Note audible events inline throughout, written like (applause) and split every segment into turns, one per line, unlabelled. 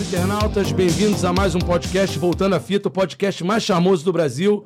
internautas, bem-vindos a mais um podcast Voltando à Fita, o podcast mais charmoso do Brasil.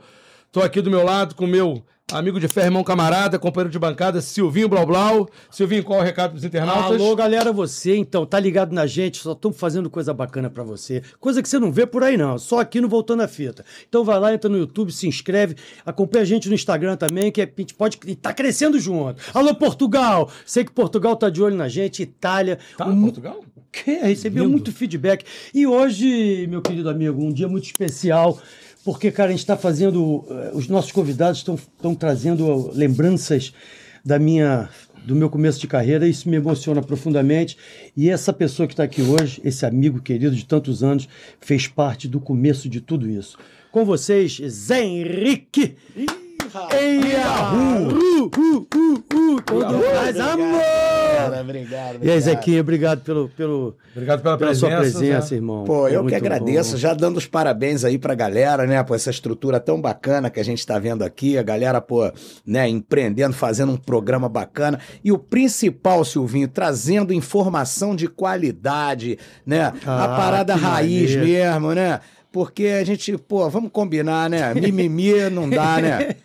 Tô aqui do meu lado com o meu amigo de fé, irmão camarada, companheiro de bancada, Silvinho Blau Blau. Silvinho, qual é o recado dos internautas?
Alô, galera, você então, tá ligado na gente? Só estamos fazendo coisa bacana pra você. Coisa que você não vê por aí, não. Só aqui no Voltando a Fita. Então vai lá, entra no YouTube, se inscreve, acompanha a gente no Instagram também, que a gente pode tá crescendo junto. Alô, Portugal! Sei que Portugal tá de olho na gente, Itália.
Tá,
O mu-
Portugal?
que recebeu
Lindo.
muito feedback. E hoje, meu querido amigo, um dia muito especial, porque, cara, a gente está fazendo. eh, Os nossos convidados estão trazendo eh, lembranças da minha do meu começo de carreira, isso me emociona profundamente. E essa pessoa que está aqui hoje, esse amigo querido de tantos anos, fez parte do começo de tudo isso. Com vocês, Zé Henrique. Eiahu! Uh, uh, uh, Quando faz amor!
Cara, obrigado,
E aí,
obrigado.
Zequinha, obrigado pelo, pelo,
Obrigado pela,
pela
presença.
sua presença, né?
Zé.
irmão.
Pô,
Foi
eu que
muito
agradeço,
bom.
já dando os parabéns aí pra galera, né, pô, essa estrutura tão bacana que a gente tá vendo aqui, a galera, pô, né, empreendendo, fazendo um programa bacana, e o principal, Silvinho, trazendo informação de qualidade, né, a
Ah,
parada
que
raiz
maneiro.
mesmo, né, porque a gente, pô, vamos combinar, né, mimimi não
(laughs)
dá, né,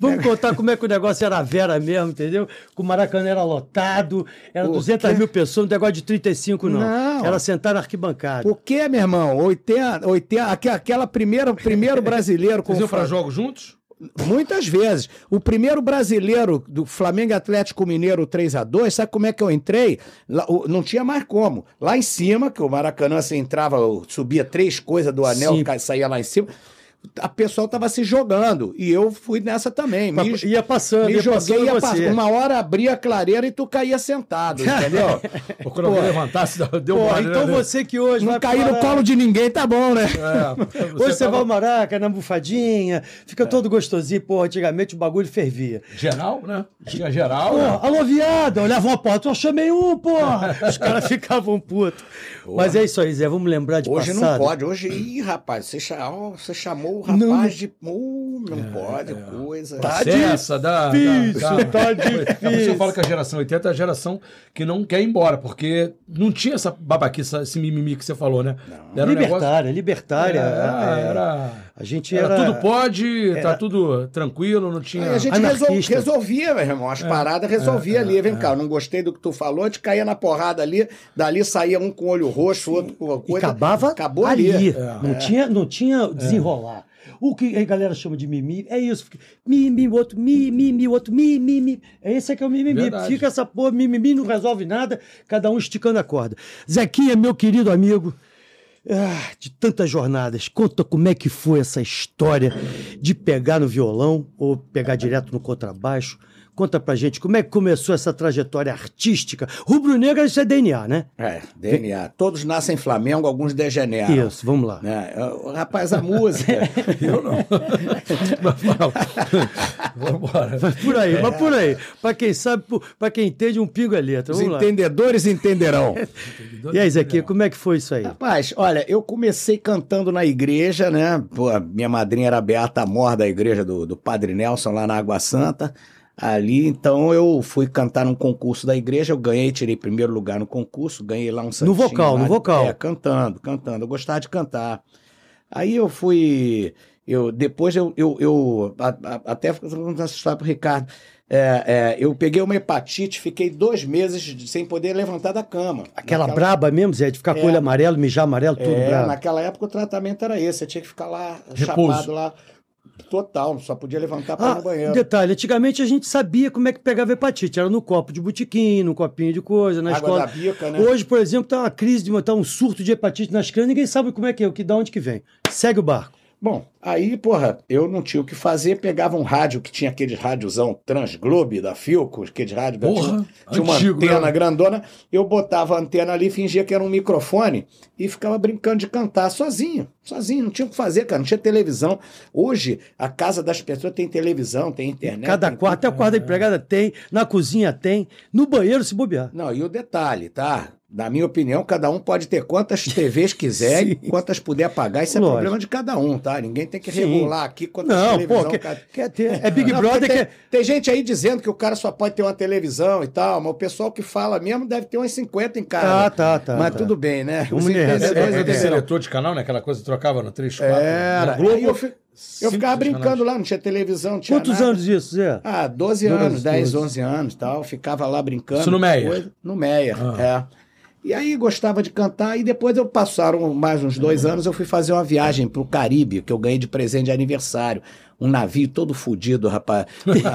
Vamos contar como é que o negócio era a Vera mesmo, entendeu? Que o Maracanã era lotado, era
O
200
quê?
mil pessoas, não negócio de 35 não.
é? Não.
Era sentar na arquibancada.
por que, meu irmão, 80, 80, aque- aquela primeira, primeiro brasileiro com
Vocês iam pra
Fran-
jogos juntos?
Muitas vezes. O primeiro brasileiro do Flamengo e Atlético Mineiro 3 a 2 sabe como é que eu entrei? Lá- o- não tinha mais como. Lá em cima, que o Maracanã você entrava, eu subia três coisas do anel,
Sim.
ca- saía lá em cima. A pessoa tava se jogando. E eu fui nessa também. Me,
Pa- ia passando,
me
ia
joguei,
passando
ia
você.
pass- uma hora abria a clareira e tu
(laughs)
caía sentado, entendeu?
(laughs) Ou quando alguém
Pô.
levantasse, deu
Pô,
uma- né?
então você que hoje
não
vai
cair
pro
no colo de ninguém, tá bom, né?
É, (laughs)
Hoje você É.
tava-
vai ao Maraca, na bufadinha, fica todo gostosinho. Porra, antigamente o bagulho fervia.
Geral, né? Tinha geral, né?
Porra, alô, viado, olhavam a porta, eu chamei um, porra. (laughs) Os caras ficavam putos. Mas é isso aí, Zé, vamos lembrar de
Hoje
passado.
não pode, hoje, ih, rapaz, você, cha- ó, você chamou o rapaz
Não. É,
de. Uh, não pode, coisa.
Tá
Cessa, é dá,
difícil,
dá, dá.
tá
Por isso
difícil.
eu falo que a geração 80 é a geração que não quer ir embora, porque não tinha essa babaquice, esse mimimi que você falou, né? Era um negócio-
libertária, libertária.
Era,
é,
era-
A gente
era
era.
tudo pode, tá
era-
tudo tranquilo, não tinha.
Aí
(laughs)
a gente
Anarquista. É,
resol- resolvia, meu irmão. As paradas resolvia ali. Vem cá, eu não gostei do que tu falou, a gente caía na porrada ali, dali saía um com olho roxo, outro com
E
coisa.
acabava
acabou
ali. É.
ali.
Não, tinha, não tinha desenrolar. O que a galera chama de mimimi é isso. Fica Mimimi, o outro mimimi, o outro mimimi. É Esse é que é o mimimi.
Verdade.
Fica essa porra, mimimi, não resolve nada, cada um esticando a corda. Zequinha, meu querido amigo, ah, de tantas jornadas, conta como é que foi essa história de pegar no violão ou pegar direto no contrabaixo. Conta pra gente como é que começou essa trajetória artística. Rubro-negra, isso é DNA, né?
É, DNA. Todos nascem Flamengo, alguns degeneram.
Isso, vamos lá.
Né? O- Rapaz,
(laughs)
a música.
Eu não. Mas fala. Vamos
(laughs)
embora.
Mas por
É.
aí, mas por aí. Pra quem sabe, por- pra quem entende, um pingo é letra.
Os
Vamos lá. (laughs)
entendedores entenderão.
E aí, Zequinha, como é que foi isso aí?
Rapaz, olha, eu comecei cantando na igreja, né? Pô, minha madrinha era a Beata Mor da igreja do, do Padre Nelson, lá na Água Santa. Ali, então, eu fui cantar num concurso da igreja, eu ganhei, tirei primeiro lugar no concurso, ganhei lá um santinho.
vocal,
lá,
no vocal.
É, cantando, cantando. Eu gostava de cantar. Aí eu fui... Eu, depois eu, eu, eu a, a, até vamos assustar pro Ricardo. É, é, eu peguei uma hepatite, fiquei dois meses de- sem poder levantar da cama.
Aquela braba mesmo, Zé, de ficar com o olho amarelo, mijar amarelo, tudo
É,
brabo.
naquela época o tratamento era esse, você tinha que ficar lá
Repouso.
chapado lá total, só podia levantar para ir
Ah,
no banheiro.
detalhe, antigamente a gente sabia como é que pegava hepatite. Era no copo de botiquim, no copinho de coisa, na
Água
escola.
da bica, né?
Hoje, por exemplo, tá uma crise, de, tá um surto de hepatite nas crianças, ninguém sabe como é que é, o que, da onde que vem. Segue o barco.
Bom, aí, porra, eu não tinha o que fazer, pegava um rádio que tinha aquele rádiozão Transglobe da Filco, aquele rádio
Porra,
da tinha uma
antigo,
antena
né?
grandona, eu botava a antena ali, fingia que era um microfone e ficava brincando de cantar sozinho, sozinho, não tinha o que fazer, cara, não tinha televisão. Hoje, a casa das pessoas tem televisão, tem internet.
Cada
É, né? tem tudo.
quarto, até o quarto da empregada tem, na cozinha tem, no banheiro se bobear.
Não, e o detalhe, tá? Na minha opinião, cada um pode ter quantas TVs quiser, e
(laughs) Sim.
quantas puder pagar, isso é
Lógico.
problema de cada um, tá? Ninguém tem que
Sim.
regular aqui quantas
Não,
televisão
pô, que-
cada-
Quer
(laughs)
ter? É Big
Não, porque
Brother
tem,
que.
tem gente aí dizendo que o cara só pode ter uma televisão e tal, mas o pessoal que fala mesmo deve ter umas 50 em casa.
Ah, tá, tá.
mas
tá.
tudo bem, né?
Vamos
Os
nessa.
Você é,
entendedores da
é,
televisão.
seletor de canal, né? Aquela coisa que trocava no
é,
3, 4.
Era.
Na Globo,
Aí eu, fi- eu
cinco,
ficava
seis
brincando
canais.
lá, não tinha televisão, não tinha
Quantos
nada.
anos isso, Zé?
Ah, 12
Doze,
anos, 10,
doze.
11 anos e tal. Ficava lá brincando.
Isso no Meia?
Coisa- No Meia,
Ah.
é. E aí gostava de cantar e depois eu passaram mais uns dois
Uhum.
anos, eu fui fazer uma viagem pro Caribe, que eu ganhei de presente de aniversário. Um navio todo
(laughs)
fudido, rapaz. (laughs) Navio,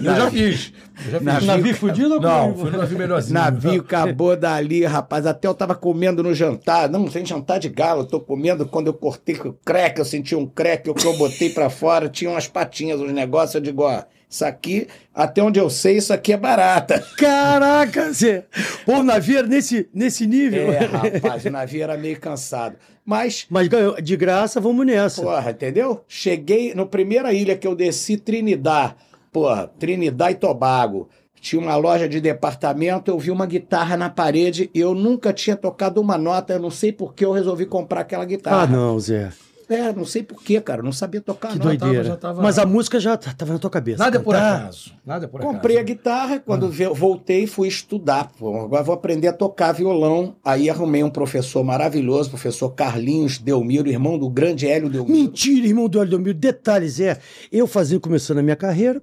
Eu já fiz. Eu já fiz. é
Navio-
Navio fudido ou
Não,
comigo?
foi no navio melhorzinho.
(laughs) Navio acabou dali, rapaz. Até eu tava comendo no jantar. Não, sem jantar de galo. Eu tô comendo quando eu cortei o creque, eu senti um creque, o que eu botei pra fora, tinha umas patinhas, uns negócios. Eu digo, ó, isso aqui, até onde eu sei, isso aqui é barata.
Caraca, Zé! Pô, o navio era nesse, nesse nível.
(laughs) É, rapaz, o navio era meio cansado. Mas,
Mas ganhou de graça, vamos nessa.
porra, entendeu? Cheguei na primeira ilha que eu desci, Trinidad. Porra, Trinidad e Tobago. Tinha uma loja de departamento, eu vi uma guitarra na parede e eu nunca tinha tocado uma nota, eu não sei por que eu resolvi comprar aquela
tá.
guitarra.
Ah, não, Zé.
É, não sei porquê, cara. Não sabia tocar,
Que
não.
doido.
doideira.
já tava-
Mas a música já tá- tava na tua cabeça.
Nada é por
Tá?
acaso. Nada é por acaso.
Comprei a guitarra,
Ah.
quando ve- voltei, fui estudar. Pô, agora vou aprender a tocar violão. Aí arrumei um professor maravilhoso, professor Carlinhos Delmiro, irmão do grande Hélio Delmiro.
Mentira, irmão do Aldomiro. Detalhe, Zé. é. Eu fazia, começando a minha carreira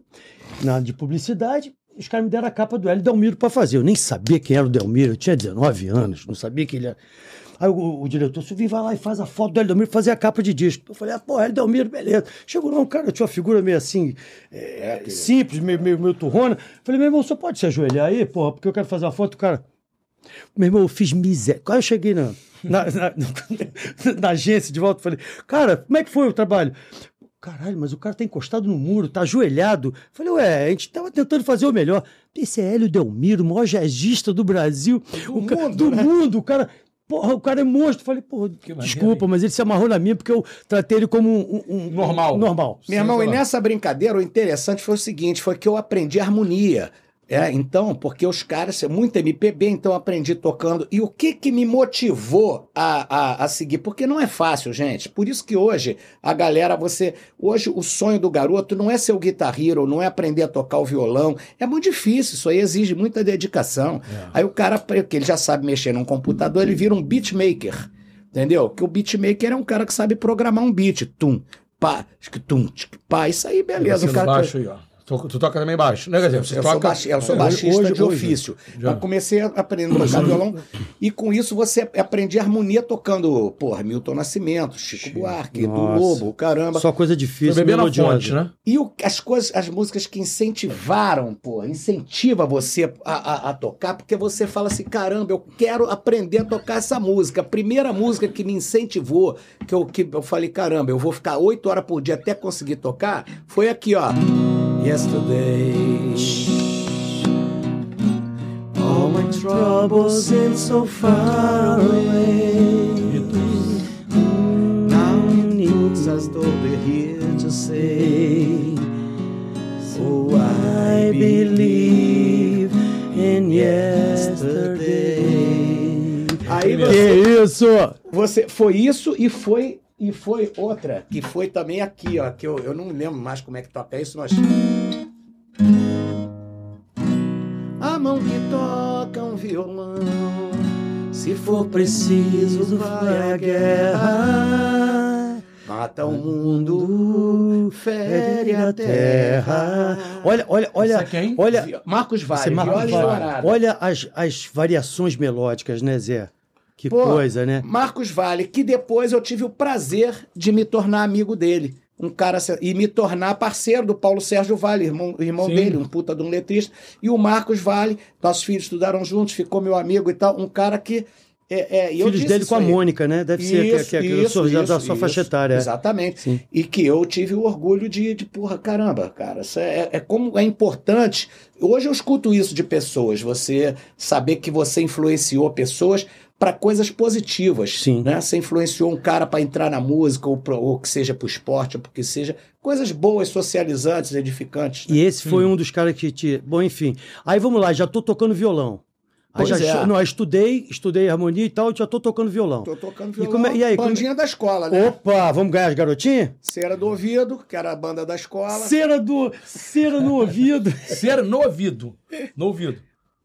na, de publicidade, os caras me deram a capa do Hélio Delmiro pra fazer. Eu nem sabia quem era o Delmiro. Eu tinha 19 anos, não sabia quem ele era. Aí o, o diretor, Silvinho, vai lá e faz a foto do Hélio Delmiro pra fazer a capa de disco. Eu falei, ah, pô, Hélio Delmiro, beleza. Chegou lá um cara, tinha uma figura meio assim, é, simples, meio, meio, meio turrona. Falei, meu irmão, você pode se ajoelhar aí, porra, porque eu quero fazer uma foto. O cara, meu irmão, eu fiz miséria. Quando eu cheguei na, na, na- na (laughs) agência de volta, falei, cara, como é que foi o trabalho? Caralho, mas o cara tá encostado no muro, tá ajoelhado. Falei, ué, a gente tava tentando fazer o melhor. Esse é Hélio Delmiro, o maior jazzista do Brasil. Do, o ca-
mundo,
do mundo, o cara. Porra, o cara é monstro. Falei, porra,
maneiro,
desculpa, mas ele se amarrou na minha porque eu tratei ele como um. um- um-
Normal.
Normal.
Meu irmão,
Sim,
e
sei lá.
nessa brincadeira, o interessante foi o seguinte: foi que eu aprendi harmonia. É, então, porque os caras, muito MPB, então eu aprendi tocando. E o que que me motivou a, a, a seguir? Porque não é fácil, gente. Por isso que hoje a galera, você. Hoje o sonho do garoto não é ser o guitarrero, não é aprender a tocar o violão. É muito difícil, isso aí exige muita dedicação.
É.
Aí o cara, porque ele já sabe mexer num computador, ele vira um beatmaker. Entendeu? Que o beatmaker é um cara que sabe programar um beat. Tum, pá, tchic, tum, tchic, pá. Isso aí, beleza. O
Beleza,
é cara
baixo aí, ó. Tu, tu toca também baixo, né, Gazinho? Você
eu,
toca...
sou baixi, eu sou
É,
baixista
hoje-
de
hoje-
ofício.
Já.
Eu comecei a aprender a tocar violão e com isso você aprende harmonia tocando, porra, Milton Nascimento, Chico Buarque,
Nossa.
do Lobo, caramba.
Só coisa
Foi
difícil.
beber na
melodiosa.
fonte, né?
E o- as coisas, as músicas que incentivaram, pô, incentiva você a, a- a tocar, porque você fala assim, caramba, eu quero aprender a tocar essa música. A primeira música que me incentivou, que eu, que eu falei, caramba, eu vou ficar oito horas por dia até conseguir tocar, foi aqui, ó. Yesterday. All my troubles seem so far away. Now it looks as though they're here to stay. So I believe
in
yesterday. Aí você,
Que isso!
você- foi isso e foi e foi outra que foi também aqui, ó, que eu, eu não lembro mais como é que toca isso, mas a mão que toca um violão, se for preciso vai à guerra. Mata o mundo, fere a terra.
Olha, olha,
Isso
olha.
é quem?
Olha,
Vi- Marcos Vale,
Você marca
Viola
um
e
vale.
Jorada.
Olha as, as variações melódicas, né, Zé? Que
Pô.
coisa, né?
Marcos Vale, que depois eu tive o prazer de me tornar amigo dele. Um cara se- e me tornar parceiro do Paulo Sérgio Vale, irmão, irmão
Sim.
dele, um puta de um letrista. E o Marcos Vale, nossos filhos estudaram juntos, ficou meu amigo e tal. Um cara que. É, é, e eu
Filhos
disse
dele
isso
com a
aí.
Mônica, né? Deve ser que- que, que, eu sou já da sua faixa etária. é.
Exatamente.
Sim.
E que eu tive o orgulho de, de porra, caramba, cara, isso é, é como é importante. Hoje eu escuto isso de pessoas, você saber que você influenciou pessoas para coisas positivas.
Sim.
Né? Você influenciou um cara para entrar na música, ou, pro- ou que seja para o esporte, ou porque seja. Coisas boas, socializantes, edificantes. né?
E esse foi um dos caras que te. Bom, enfim. Aí vamos lá, já tô tocando violão. Aí
Pois
já,
é.
estu- Não, eu estudei, estudei harmonia e tal, e já tô tocando violão.
Tô
E
tocando violão.
como é- e aí, como-
bandinha da escola, né?
Opa, vamos ganhar as garotinhas?
Cera do ouvido, que era a banda da escola.
Cera do. Cera no ouvido.
Cera no ouvido. No ouvido.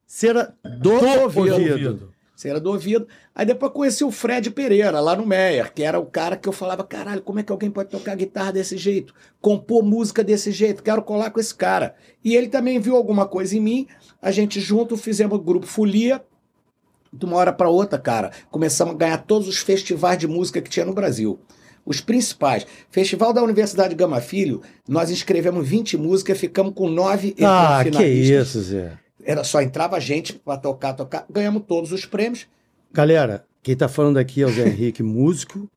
Cera do, ouvido.
No ouvido.
Cera do ouvido. Aí depois conheci o Fred Pereira, lá no Meyer, que era o cara que eu falava: caralho, como é que alguém pode tocar guitarra desse jeito? Compor música desse jeito? Quero colar com esse cara. E ele também viu alguma coisa em mim. A gente junto fizemos o grupo Folia. De uma hora para outra, cara, começamos a ganhar todos os festivais de música que tinha no Brasil. Os principais. Festival da Universidade Gama Filho, nós inscrevemos 20 músicas, ficamos com 9
Ah, que isso, Zé.
Era só entrava gente para tocar, tocar. Ganhamos todos os prêmios.
Galera, quem tá falando aqui é o Zé Henrique, (laughs) músico.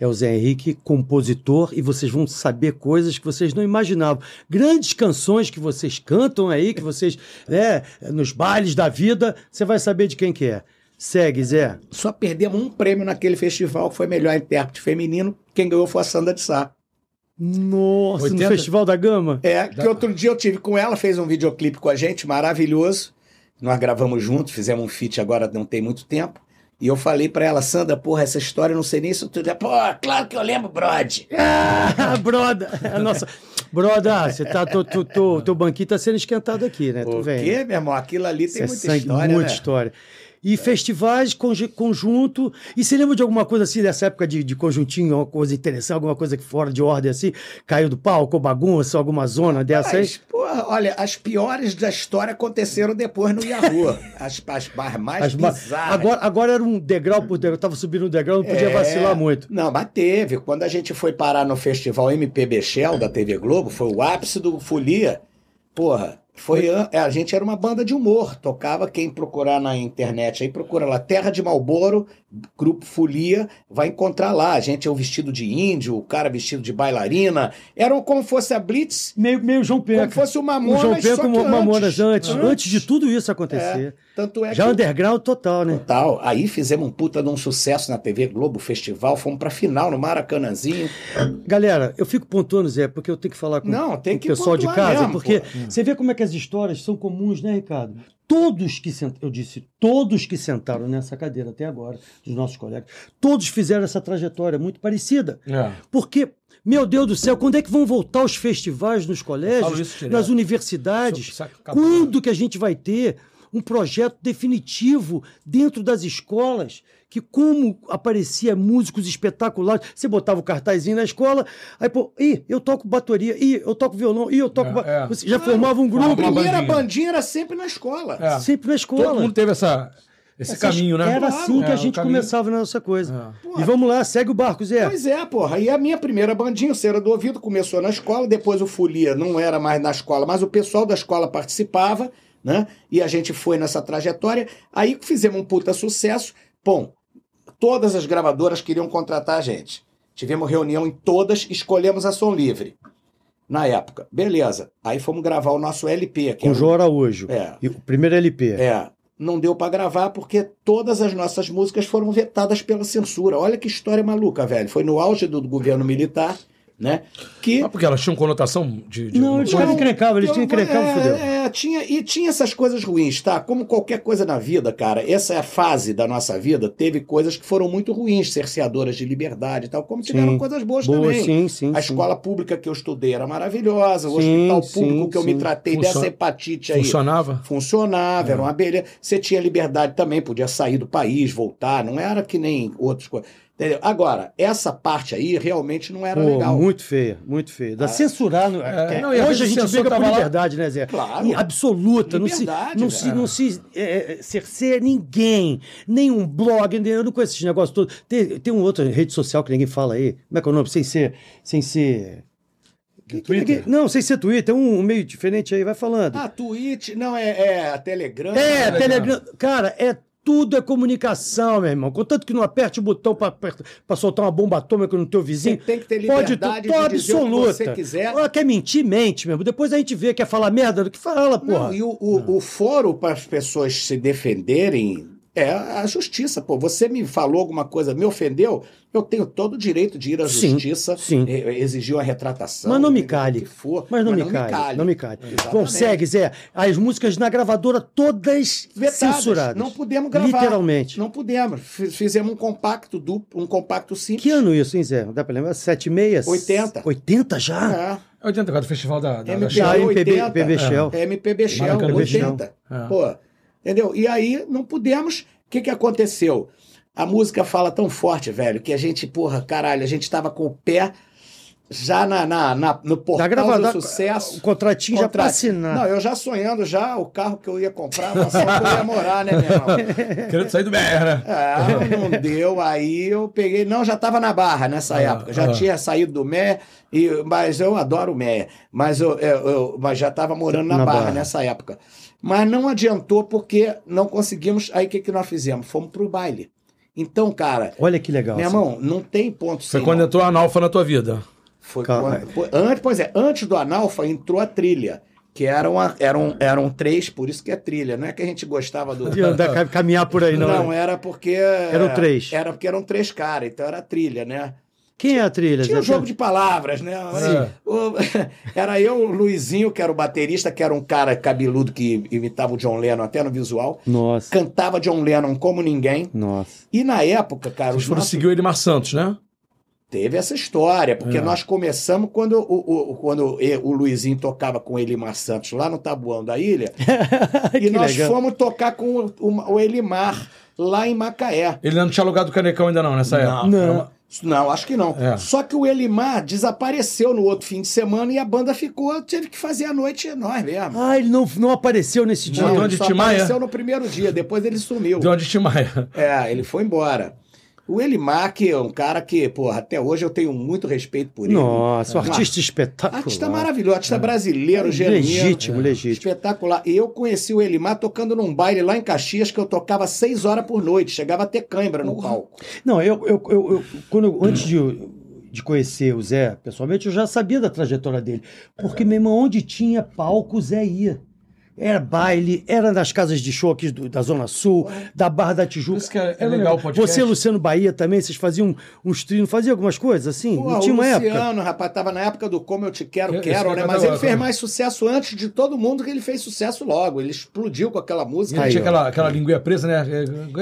É o Zé Henrique, compositor, e vocês vão saber coisas que vocês não imaginavam. Grandes canções que vocês cantam aí, que vocês, (laughs) né, nos bailes da vida, você vai saber de quem que é. Segue, Zé.
Só perdemos um prêmio naquele festival, que foi melhor intérprete feminino. Quem ganhou foi a Sandra de Sá.
Nossa,
80?
no Festival da Gama?
É, que outro dia eu tive com ela, fez um videoclipe com a gente, maravilhoso. Nós gravamos junto, fizemos um feat agora, não tem muito tempo. E eu falei pra ela, Sandra, porra, essa história eu não sei nem se tu... Pô, claro que eu lembro, brode.
(laughs) Ah, broda! Nossa, broda, você tá, teu, teu, teu, teu banquinho tá sendo esquentado aqui, né? Tu
O
vem.
quê, meu irmão? Aquilo ali
Isso
tem
é
muita
sangue,
história,
muita
né?
história. E festivais, conju- conjunto. E você lembra de alguma coisa assim dessa época de, de conjuntinho, alguma coisa interessante, alguma coisa que fora de ordem assim? Caiu do palco, bagunça, alguma zona dessa aí?
Mas, porra, olha, as piores da história aconteceram depois
(laughs)
no Yahoo. As, as, as mais
As ba-
bizarras.
agora, agora era um degrau por degrau, tava subindo um degrau, não podia
É.
vacilar muito.
Não, mas teve. Quando a gente foi parar no festival MPB Shell da TV Globo, foi o ápice do Folia. Porra, foi an- é, a gente era uma banda de humor. Tocava quem procurar na internet aí, procura lá Terra de Malboro, grupo Folia, vai encontrar lá. A gente é o vestido de índio, o cara vestido de bailarina. Era como fosse a Blitz,
Meio, meio João
como
Peca.
fosse o
O
Mamonas,
João Peca
só que
como
antes.
Mamonas antes, antes, de tudo isso acontecer.
Tanto é
Já
que
underground total, né?
Total. Aí fizemos um puta de um sucesso na TV Globo Festival, fomos pra final no Maracanãzinho.
Galera, eu fico pontuando, Zé, porque eu tenho que falar com,
Não, tem
com
que
o pessoal de
pontuar
casa,
mesmo,
porque
pô.
você vê como é que as histórias são comuns, né, Ricardo? Todos que sentaram, eu disse, todos que sentaram nessa cadeira até agora, dos nossos colegas, todos fizeram essa trajetória muito parecida.
É.
Porque, meu Deus do céu, quando é que vão voltar os festivais nos
Falo
colégios,
isso direto.
nas universidades?
Isso acabou.
Quando que a gente vai ter um projeto definitivo dentro das escolas? Que como aparecia músicos espetaculares, você botava o cartazinho na escola, aí pô, ih, eu toco bateria, ih, eu toco violão, ih, eu toco.
É,
ba-".
é.
Você já formava um
Uma
A
grupo
primeira
bandinha.
bandinha era sempre na escola.
É.
sempre na
Todo
escola.
mundo teve essa, esse
Essas-
caminho, né?
Era assim que
É,
a
o
gente
caminho-
começava na nossa coisa.
É.
E vamos lá, segue o barco, Zé.
Pois é, porra. E a minha primeira bandinha, o Cera do Ouvido, começou na escola, depois o Folia não era mais na escola, mas o pessoal da escola participava, né? E a gente foi nessa trajetória. Aí fizemos um puta sucesso. Bom, todas as gravadoras queriam contratar a gente. Tivemos reunião em todas, escolhemos a Som Livre. Na época. Beleza. Aí fomos gravar o nosso LP aqui.
Com o João Araújo.
É.
E o primeiro LP.
É, não deu pra gravar porque todas as nossas músicas foram vetadas pela censura. Olha que história maluca, velho. Foi no auge do governo militar, né? Que
Ah, porque elas tinham conotação de. de-
Não, eles
Não,
quase
Então,
encrencavam, eles
eu-
tinham encrencado,
é,
fudeu.
é, tinha e tinha essas coisas ruins, tá? Como qualquer coisa na vida, cara. Essa é a fase da nossa vida. Teve coisas que foram muito ruins, cerceadoras de liberdade, e tal. Como tiveram
Sim.
coisas boas
Boa,
também.
sim, sim.
A
sim.
escola pública que eu estudei era maravilhosa, o
Sim,
hospital
sim,
público que eu me
sim.
tratei
Funciona-
dessa hepatite aí
Funcionava?
funcionava,
É.
era uma abelha. Você tinha liberdade também, podia sair do país, voltar, não era que nem outros coisas. Entendeu? Agora, essa parte aí realmente não era
Pô,
legal.
Muito feia, muito feia. Da
Ah.
censurar. no-
É,
é,
não, e às
hoje a
vezes o
gente
censor
briga por
tava lá-
liberdade, né, Zé?
É Claro.
E Absoluta. Não se,
Liberdade,
não
velho.
se, não se é, é, cerceia ninguém, nenhum blog, nem- eu não conheço esse negócio todo. Tem, tem uma outra rede social que ninguém fala aí. Como é que é o nome? Sem ser. Sem ser. que- que-
Twitter?
que- não, sem ser Twitter, um, um meio diferente aí, vai falando.
Ah, Twitch, não, é, é a Telegram.
É,
Telegram.
Telegram. Cara, é tudo é comunicação, meu irmão. Contanto que não aperte o botão pra, aperta- pra soltar uma bomba atômica no teu
Você
vizinho.
tem que ter
assim, Pode tu-
liberdade
tu
de dizer o que você quiser.
É, Ela quer mentir, mente mesmo. Depois a gente vê, quer falar merda, que fala, porra. Ah.
Não, e o, o, o foro para as pessoas se defenderem É a justiça, pô. Você me falou alguma coisa, me ofendeu, eu tenho todo o direito de ir à
Sim,
justiça,
sim.
e- exigir uma é, retratação.
Mas não me
o
cale.
que for,
Mas não, me, cale, Não me cale.
Exatamente.
Consegue, Zé. As músicas na gravadora todas
Vetadas,
censuradas.
Não pudemos gravar.
Literalmente.
Não pudemos. Fiz- Fizemos um compacto duplo, um compacto simples.
Que ano isso, hein, Zé? Não dá pra lembrar? 76?
80.
80 já?
É.
É 84, o festival da, da, da
MPA.
Shell.
Já, MPB,
80.
MPB Shell.
É MPB Shell,
Maracanã
80.
Shell. É.
Pô, entendeu? E aí não pudemos. O que, que aconteceu? A música fala tão forte, velho, que a gente, porra, caralho, a gente tava com o pé já na, na- na- no portal
Da gravadora.
do
O
sucesso.
contratinho já pra
Contrato.
assinar.
Não, eu já sonhando já o carro que eu ia comprar, a mansão que
(laughs)
eu ia morar, né, meu irmão?
É. Querendo sair do BR, né?
Ah, não deu. Aí eu peguei. Não, já estava na barra nessa
Ah,
época. Já
ah.
tinha saído do Mé, e, mas eu adoro o Mé. Mas eu, eu- eu- mas já estava morando na,
Na
barra,
Barra.
nessa época. Mas não adiantou porque não conseguimos. Aí o que, que nós fizemos? Fomos pro baile. Então, cara,
Olha que legal.
meu
Zé.
irmão, não tem ponto
Foi
sem
quando
nó.
entrou a Analfa na tua vida.
Foi
Calma.
quando- foi- antes, pois é, antes do Analfa entrou a trilha. Que eram, a- eram, eram um, três, por isso que é trilha. Não é que a gente gostava do.
De andar, ca- caminhar por aí, não.
Não, é.
né?
era porque.
Eram três.
Era porque eram três caras, então era trilha, né?
Quem é a trilha,
Tinha um
Zé?
jogo de palavras,
É.
né?
Sim.
O- Era eu, o (laughs) Luizinho, que era o baterista, que era um cara cabeludo que imitava o John Lennon até no visual.
Nossa.
Cantava John Lennon como ninguém.
Nossa.
E na época, cara,
Vocês
os
foram
nossos...
seguir o Edmar Santos, né?
teve essa história, porque
É.
nós começamos quando, o, o- quando e- o Luizinho tocava com o Elimar Santos lá no Tabuão da Ilha.
(laughs) (laughs) Que
e nós
legal.
fomos tocar com o, o- o Elimar lá em Macaé.
Ele não tinha alugado o Canecão ainda não, nessa
Não.
época.
Não.
Era uma-
Não, acho que não.
É.
Só que o Elimar desapareceu no outro fim de semana e a banda ficou, teve que fazer a noite nós mesmo.
Ah, ele não, não apareceu nesse dia.
Não,
ele
onde
só
Tim Maia?
apareceu no primeiro dia, depois ele sumiu.
De onde Tim Maia.
É, ele foi embora. O Elimar, que é um cara que, porra, até hoje eu tenho muito respeito por ele.
Nossa, um
É.
artista espetacular.
Artista maravilhoso, artista
É.
brasileiro, genuíno.
Legítimo, legítimo.
Espetacular. E eu conheci o Elimar tocando num baile lá em Caxias que eu tocava seis horas por noite, chegava a ter cãibra no palco.
Não, eu, eu, eu, eu- quando eu- antes de, de conhecer o Zé pessoalmente, eu já sabia da trajetória dele. Porque, meu irmão, onde tinha palco, o Zé ia. Era baile, era nas casas de show aqui do- da Zona Sul, da Barra da Tijuca.
Por isso que é- é legal o podcast.
Você, Luciano Bahia também, vocês faziam um, uns trinos, faziam algumas coisas assim?
Pô,
não tinha uma
o
época?
Luciano, rapaz, tava na época do Como Eu Te Quero,
Eu-
Quero,
É, esse
né?
eu
Mas
tava-
ele fez mais sucesso antes de todo mundo que ele fez sucesso logo. Ele explodiu com aquela música.
Ele
Aí,
tinha
ó.
aquela, aquela linguinha presa, né?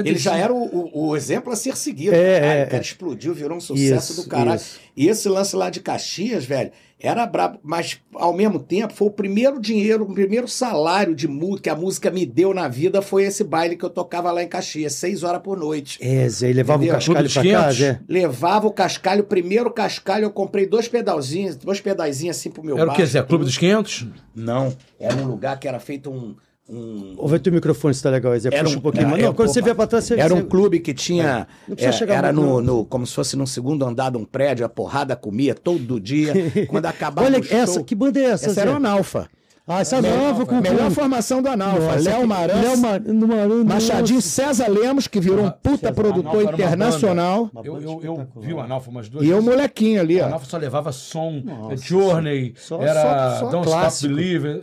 Ele já era o, o- o exemplo a ser seguido.
É,
caralho.
é,
o cara
é.
explodiu, virou um sucesso do caralho.
isso.
E esse lance lá de Caxias, velho, era brabo, mas ao mesmo tempo foi o primeiro dinheiro, o primeiro salário de música que a música me deu na vida foi esse baile que eu tocava lá em Caxias, seis horas por noite.
É, Zé, e levava o
Entendeu?
cascalho
Clube dos
pra
500.
casa, é.
Levava o cascalho, o primeiro cascalho, eu comprei dois pedalzinhos, dois pedaizinhos assim pro meu
Era o
baixo.
que, Zé? Clube dos 500?
Não, era um lugar que era feito um. um-
Ouve teu microfone se tá legal, Zé.
Era
Puxa
um-
um pouquinho. Mas
é,
não, quando
pô,
você vê pra trás, você...
Era
você-
um clube que tinha.
Não precisa
é,
chegar
era
muito,
no, no- como se fosse num segundo andar de um prédio, a porrada comia
(laughs)
todo dia. Quando acabava
Olha,
o show,
essa, que banda é essa,
essa
Zé?
era o Analfa.
Ah, essa nova com
Melhor
com-
formação do Analfa.
Nossa,
Léo
que-
Marans,
Léo Mar- do Marans,
Machadinho, César Lemos, que virou um puta
César
produtor
Analfa era uma
internacional.
banda.
Eu, eu, eu vi o Analfa umas duas
E eu,
vezes.
molequinho ali,
O
ó.
Analfa só levava som,
Nossa,
Journey,
só-
era
só- só
Don't
clássico.
Stop Believing.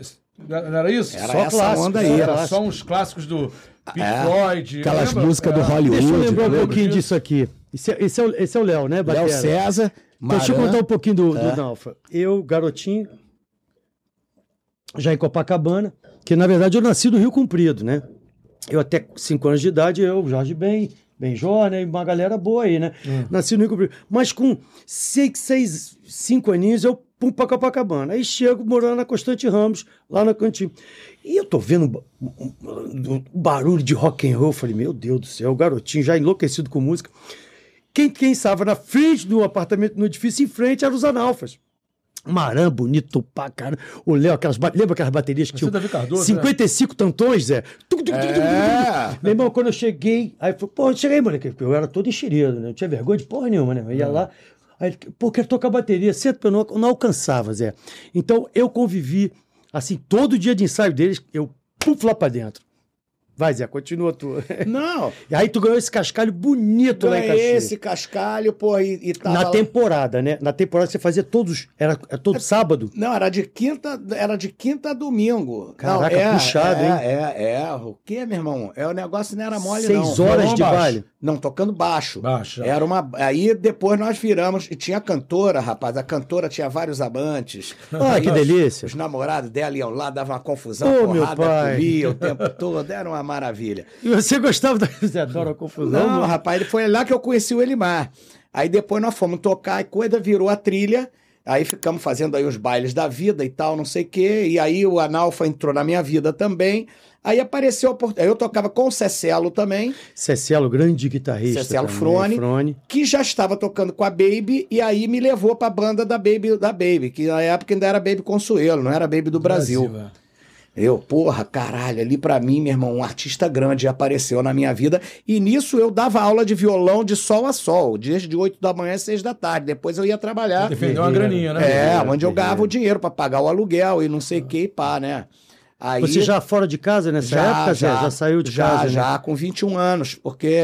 Não era isso?
Era
só
essa onda aí,
Era
clássico.
só uns clássicos do
Ah,
Pink
É,
Floyd.
Aquelas
lembra?
músicas do
É.
Hollywood.
Deixa eu lembrar um
lembro
pouquinho
disso.
disso aqui. Esse é, esse é o- esse é o Léo, né,
né? Léo
Batera?
César,
Então, deixa eu
Marans.
contar um pouquinho do, do Nalfa. Eu, garotinho, já em Copacabana, que na verdade eu nasci do Rio Comprido, né? Eu até 5 anos de idade, eu, Jorge Ben, Benjó, né? E uma galera boa aí, né? Nasci no Rio Comprido. Mas com 6, 6, 5 aninhos, eu pum pra Copacabana. Aí chego morando na Constante Ramos, lá na cantina. E eu tô vendo um ba- um- um- um barulho de rock and roll. Eu falei, meu Deus do céu, o garotinho já enlouquecido com música. Quem, quem estava na frente do apartamento, no edifício em frente, eram os analfas. Maran, bonito pra caramba. O Léo, aquelas, ba- lembra aquelas baterias que
Você é
tinham?
Davi Cardoso, né? É.
55 tantões, Zé. Tum, tum, tum, tum, tum,
É.
(laughs) tum. Meu irmão, quando eu cheguei, aí eu falei, pô, cheguei, moleque, porque eu era todo enxerido, né? Não tinha vergonha de porra nenhuma, né? Eu
É.
ia lá, aí, ele, pô, quero tocar bateria, senta, eu não, não alcançava, Zé. Então, eu convivi, assim, todo dia de ensaio deles, eu puf lá pra dentro. Vai, Zé, continua tu. (laughs)
Não,
E aí tu ganhou esse cascalho bonito lá em
ganhei
Caxias.
Então é esse cascalho, pô, e, e tava...
Na
Tá, lá-
temporada, né? Na temporada você fazia todos. Era, era todo sábado.
Não, era de quinta, era de quinta a domingo.
Caraca,
não, é,
puxado,
é,
hein?
É, é, O que, meu irmão? É, o negócio não era mole, não.
seis horas é.
Violão
de
baixo.
baile.
Não, tocando baixo.
Baixa.
Era uma. Aí depois nós viramos. E tinha a cantora, rapaz. A cantora tinha vários amantes.
(laughs) Ah, que delícia.
Os namorados dela iam lá, davam uma confusão,
Ô, meu
porrada,
pai.
corria o tempo todo, era uma maravilha.
E você gostava da. Você adora a confusão.
Não,
mano.
rapaz, ele foi lá que eu conheci o Elimar. Aí depois nós fomos tocar e coisa virou a trilha. Aí ficamos fazendo aí os bailes da vida e tal, não sei o quê. E aí o Analfa entrou na minha vida também. Aí apareceu a oportunidade. Eu tocava com o Cecelo também,
Cecelo, grande guitarrista.
Cecelo
também,
Frone.
Frone.
que já estava tocando com a Baby, e aí me levou pra banda da Baby, da Baby, que na época ainda era Baby Consuelo, não era Baby do Brasil. Eu, porra, caralho, ali pra mim, meu irmão, um artista grande apareceu na minha vida. E nisso eu dava aula de violão de sol a sol, desde 8 da manhã às 6 da tarde. Depois eu ia trabalhar.
Defendeu uma graninha, né?
É,
Guerreiro,
onde eu
guerreiro.
ganhava o dinheiro pra pagar o aluguel e não sei o que e pá, né? Aí,
Ah. Você já fora de casa nessa época, Zé? Já saiu de
já,
casa? né?
Já, com 21 anos, porque,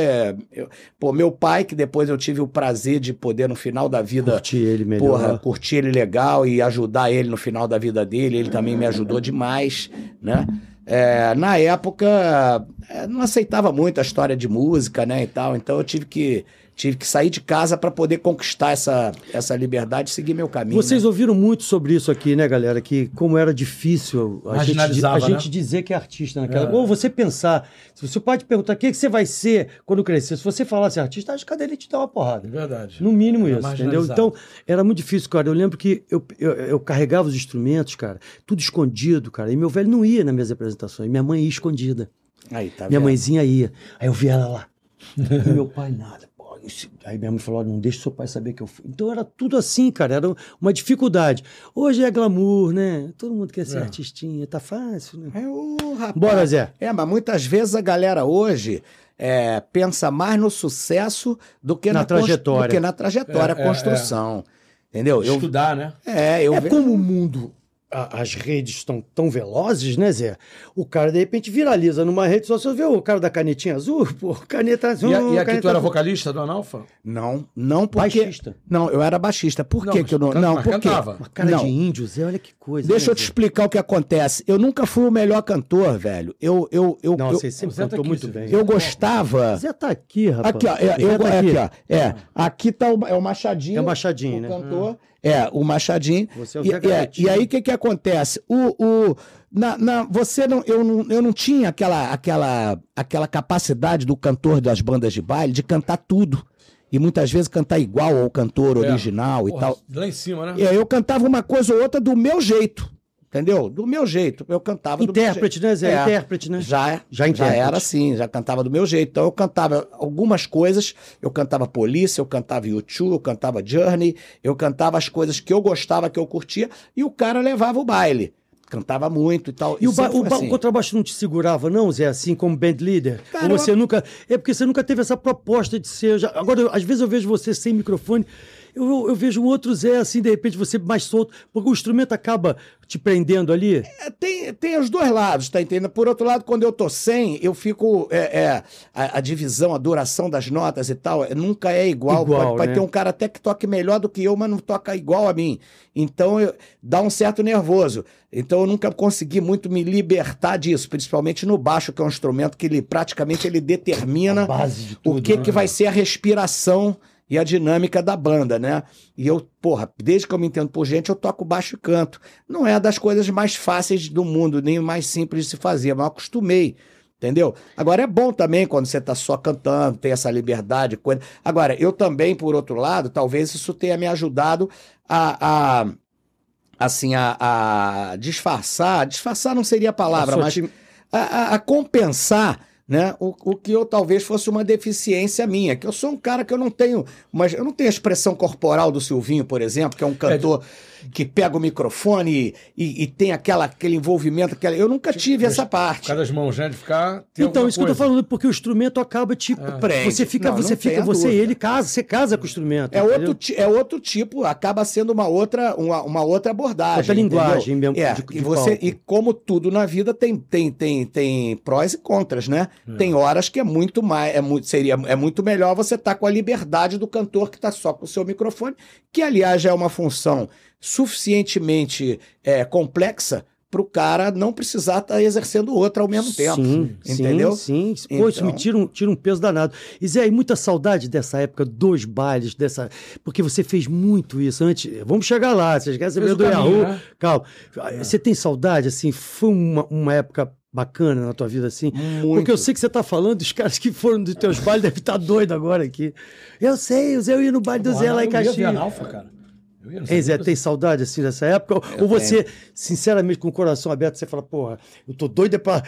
eu- pô, meu pai, que depois eu tive o prazer de poder, no final da vida,
Curti ele melhor.
Porra, curti ele legal e ajudar ele no final da vida dele. Ele também me ajudou demais, né? É, na época, é, não aceitava muito a história de música, né, e tal. Então eu tive que, tive que sair de casa para poder conquistar essa, essa liberdade e seguir meu caminho.
Vocês
né?
ouviram muito sobre isso aqui, né, galera? Que como era difícil a, gente, di- a
Marginalizava, né?
gente dizer que é artista naquela.
É.
Ou você pensar, se você pode perguntar o que, que você vai ser quando crescer. Se você falasse artista, acho que cadê ele te dá uma porrada.
É Verdade.
No mínimo
Era
isso, entendeu?
É marginalizado.
Então, era muito difícil, cara. Eu lembro que eu, eu, eu carregava os instrumentos, cara, tudo escondido, cara. E meu velho não ia nas minhas apresentações. Minha mãe ia escondida.
Aí, tá
minha
vendo?
mãezinha ia. Aí eu via ela lá. E meu pai nada. pô, não sei. Aí minha mãe falou: "Ó, não deixa seu pai saber que eu fui. Então era tudo assim, cara, era uma dificuldade. Hoje é glamour, né? Todo mundo quer ser
É.
artistinha, tá fácil, né?
É, ô, rapaz.
Bora, Zé.
É, mas muitas vezes a galera hoje é, pensa mais no sucesso do que
Na
na, cons-
trajetória.
do que na trajetória,
É, é,
construção. Entendeu? Eu,
Estudar, né?
é, eu
é
ve-
como o mundo, a- as redes estão tão velozes, né, Zé? O cara, de repente, viraliza numa rede social. Você vê o cara da canetinha azul? Pô, caneta
E,
azul.
a- e aqui
caneta
tu era
azul.
vocalista do Analfa?
Não, não porque.
baixista.
Não, eu era baixista. Por
Não,
que
mas
que eu não.
can-
Não,
mas
por quê?
cantava.
Uma cara
Não.
de índio, Zé, olha que coisa.
Deixa
né,
eu te
Zé?
explicar o que acontece. Eu nunca fui o melhor cantor, velho. Eu, eu, eu,
Não,
eu,
você sempre
Zé tá
cantou
aqui,
muito
Zé.
bem.
eu gostava.
Zé tá aqui, rapaz.
Aqui, ó. É,
Zé
eu,
tá
é, aqui, ó. É, aqui tá o, é o Machadinho.
Ah. É o Machadinho,
o
né?
cantor. É, o Machadinho.
Você é o
E,
Zé
é,
Garotinho.
e aí o que que acontece? O, o na, na- você não eu, não eu não tinha aquela aquela aquela capacidade do cantor das bandas de baile de cantar tudo e muitas vezes cantar igual ao cantor
É.
original e
Porra,
tal.
Lá em cima,
E
né?
aí eu cantava uma coisa ou outra do meu jeito, entendeu? Do meu jeito. Eu cantava
Intérprete,
do meu
né,
jeito.
Zé?
É.
Intérprete, né?
Já,
Já
já,
intérprete.
era assim, já cantava do meu jeito. Então eu cantava algumas coisas, eu cantava Polícia, eu cantava YouTube, eu cantava Journey, eu cantava as coisas que eu gostava, que eu curtia, e o cara levava o baile. Cantava muito e tal.
E o, ba-
sempre
o
foi
ba-
assim.
o contrabaixo não te segurava, não, Zé, assim, como band leader?
Cara,
Ou você
eu-
nunca. É porque você nunca teve essa proposta de ser. já- Agora, eu- às vezes eu vejo você sem microfone. Eu, eu- eu vejo um outro Zé, assim, de repente você mais solto, porque o instrumento acaba te prendendo ali.
É, tem, tem os dois lados, tá entendendo? Por outro lado, quando eu tô sem, eu fico. é, é, a, a divisão, a duração das notas e tal, é, nunca é igual.
Igual,
pode pode
né?
ter um cara até que toque melhor do que eu, mas não toca igual a mim. Então eu- dá um certo nervoso. Então eu nunca consegui muito me libertar disso, principalmente no baixo, que é um instrumento que ele praticamente ele determina
base de
o que, que vai ser a respiração e a dinâmica da banda, né? E eu, porra, desde que eu me entendo por gente, eu toco baixo e canto. Não é das coisas mais fáceis do mundo, nem mais simples de se fazer, mas eu acostumei. Entendeu? Agora é bom também quando você tá só cantando, tem essa liberdade. Coisa... Agora, eu também, por outro lado, talvez isso tenha me ajudado a. a- assim, a, a disfarçar. Disfarçar não seria a palavra,
Passou
mas
time-
a, a- a compensar né, o, o que eu talvez fosse uma deficiência minha, que eu sou um cara que eu não tenho, mas eu não tenho a expressão corporal do Silvinho, por exemplo, que é um cantor que pega o microfone e, e tem aquela, aquele envolvimento. Aquela... Eu nunca tive essa
Por
parte.
causa das mãos, né? De ficar. ter
Então,
alguma
isso que eu
coisa.
tô falando, porque o instrumento acaba te.
Ah. Prende.
Você fica,
Não, não
você
tenha
fica, você e
dúvida.
ele casa, você casa com o instrumento.
É
entendeu?
outro, ti- é outro tipo, acaba sendo uma outra, uma, uma outra abordagem.
Outra linguagem
entendeu?
mesmo
É,
de- de
e, você,
palco.
e como tudo na vida tem, tem, tem, tem prós e contras, né? Tem horas que é muito mais, é muito, seria, é muito melhor você estar com a liberdade do cantor que está só com o seu microfone, que aliás já é uma função suficientemente é, complexa para o cara não precisar estar exercendo outra ao mesmo tempo.
Sim,
entendeu?
Sim, sim. Pô, isso me
Então-
tira um, tira um peso danado. E Zé, e muita saudade dessa época dos bailes, dessa. Porque você fez muito isso antes. Vamos chegar lá, vocês
Fez
querem saber
o
do
caminho,
Yahoo?
né?
Calma.
É.
Você tem saudade, assim? Foi uma, uma época bacana na tua vida, assim? Porque eu sei que você tá falando, os caras que foram dos teus bailes devem estar doido agora aqui. Eu sei, o Zé, eu ia no baile do Zé lá em
Eu ia de
Caxias.
analfa, cara. Eu ia, não
Ei,
sei
Zé,
como-
tem saudade assim dessa época? Ou- Ou você, sinceramente, com o coração aberto, você fala, porra, eu tô doido é pra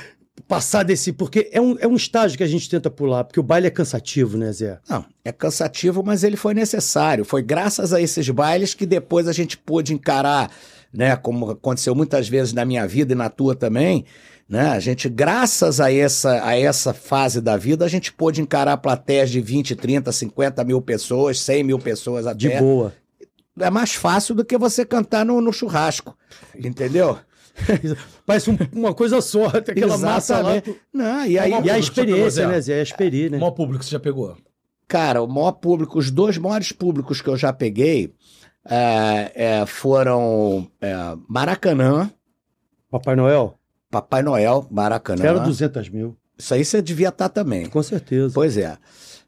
passar desse. Porque é um, é um estágio que a gente tenta pular, porque o baile é cansativo, né, Zé?
Não, é cansativo, mas ele foi necessário. Foi graças a esses bailes que depois a gente pôde encarar, né? Como aconteceu muitas vezes na minha vida e na tua também, né? A gente, graças a essa, a essa fase da vida, a gente pôde encarar plateias de 20, 30, 50 mil pessoas, 100 mil pessoas até.
De boa.
É mais fácil do que você cantar no, no churrasco, entendeu?
Parece um- uma coisa só, (laughs) tem aquela massa lá.
Exatamente. Não, e aí...
Uma
E a
Você pegou, Zé?
experiência, né, Zé? A experiência,
O
né?
maior público que você já pegou.
Cara, o maior público, os dois maiores públicos que eu já peguei é, é, foram é, Maracanã,
Papai Noel,
Papai Noel, Maracanã.
era 200 mil,
Isso aí você devia estar também.
com certeza.
Pois é.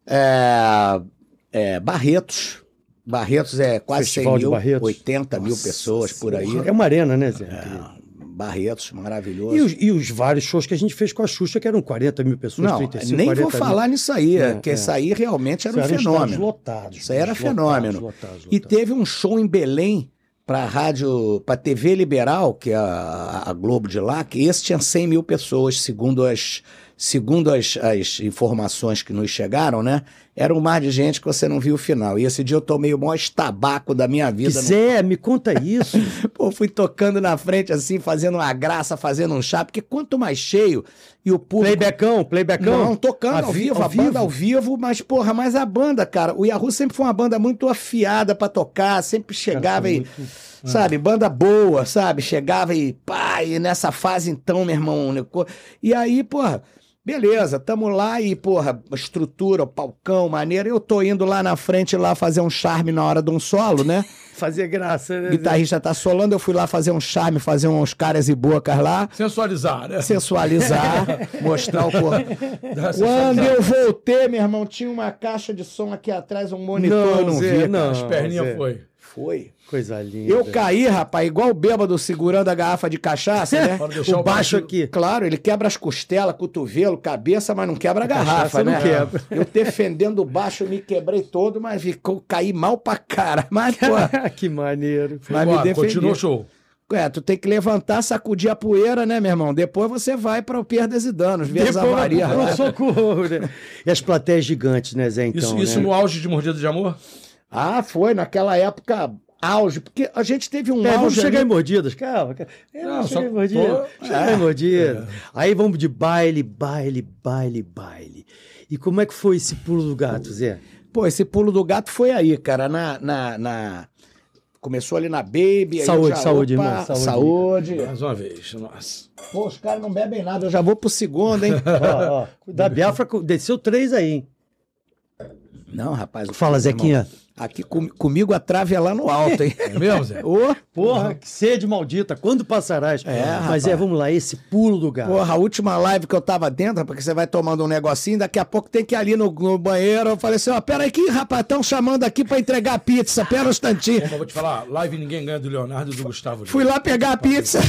É, é, Barretos. Barretos é quase
Festival
100
de
mil,
Barretos.
80 mil
Nossa
pessoas por aí.
É uma arena, né, Zé?
É, Barretos, maravilhoso.
E os, e os vários shows que a gente fez com a Xuxa, que eram 40 mil pessoas,
Não,
35,
nem
40
vou
mil.
falar nisso aí,
É,
porque
é.
isso aí realmente era um
Isso estádios
fenômeno.
Lotados,
Isso aí era
lotados,
fenômeno.
lotados,
E
lotados.
teve um show em Belém para rádio, para TV Liberal, que é a, a Globo de lá, que esse tinha 100 mil pessoas, segundo as, segundo as, as informações que nos chegaram, né? Era um mar de gente que você não viu o final. E esse dia eu tomei o maior tabaco da minha vida. no-
Zé, me conta (laughs) isso.
Pô, fui tocando na frente assim, fazendo uma graça, fazendo um chá, porque quanto mais cheio e o público
playbackão, playbackão.
não, tocando ao
A vi-
vivo,
ao
a
vivo.
banda ao vivo, mas porra, mas a banda, cara, o Yahoo sempre foi uma banda muito afiada pra tocar, sempre chegava e,
é.
sabe, banda boa, sabe, chegava e pá, e nessa fase então, meu irmão, né, co- e aí, porra, beleza, tamo lá e, porra, estrutura, palcão, maneira, eu tô indo lá na frente lá fazer um charme na hora de um
(laughs)
solo, né,
Fazia graça, né?
o
Zé?
guitarrista tá solando, eu fui lá fazer um charme, fazer uns caras e bocas lá,
Sensualizar, né? (laughs)
sensualizar,
(laughs)
mostrar o corpo.
Dá essa
Quando
é
sensualizada.
eu voltei, meu irmão, tinha uma caixa de som aqui atrás, um monitor, eu não
Zé,
vi.
não,
As perninhas
Zé.
foi.
Foi.
Coisa linda.
Eu caí, rapaz, igual o bêbado segurando a garrafa de
É?
cachaça,
(laughs)
né?
Pode deixar
o baixo (laughs) aqui.
Claro, ele quebra as costelas, cotovelo, cabeça, mas não quebra a garrafa,
cachaça não
né?
quebra.
(laughs) Eu defendendo o baixo, me quebrei todo, mas ficou, caí mal pra cara. (laughs) Mas,
(laughs)
pô,
que maneiro.
mas me
Bora,
defendi.
Continua o show.
É, tu tem que levantar, sacudir a poeira, né, meu irmão? Depois você vai para o perdas e danos, ver as
Depois, (laughs)
avarias. lá.
pro socorro, né? E as plateias gigantes, né, Zé? Então,
Isso, isso
né?
no auge de Mordida de Amor?
Ah, foi naquela época auge, porque a gente teve um
É, vamos
auge.
chegar
ali-
em mordidas. Calma, calma. É,
Não,
vamos
só é.
chegar em mordidas.
tô-
Chegar em mordidas. Aí vamos de baile, baile, baile, baile. E como é que foi esse pulo do gato, Zé?
Pô, esse pulo do gato foi aí, cara. Na, na, na- Começou ali na Baby. aí eu
Saúde, saúde,
opa,
irmão, saúde.
Saúde.
Mais uma vez, nossa.
Pô, os caras não bebem nada, eu já vou pro segundo, (laughs) hein?
Ó, ó, da Biafra co- desceu três aí, hein?
não, rapaz. o-
Fala,
meu irmão,
Zequinha.
Aqui com- comigo a trave é lá no alto, (laughs) hein?
É mesmo,
(laughs)
Zé?
Ô,
Porra, que sede maldita, quando passarás?
É,
Mas
rapaz.
é, vamos lá, esse pulo do gato.
porra, a última live que eu tava dentro, porque você vai tomando um negocinho, daqui a pouco tem que ir ali no, no banheiro. Eu falei assim: ó, peraí, que rapaz, estão chamando aqui pra entregar pizza, pera um instantinho.
Mas vou te falar, live ninguém ganha do Leonardo e do Gustavo.
Fui lá pegar a pizza.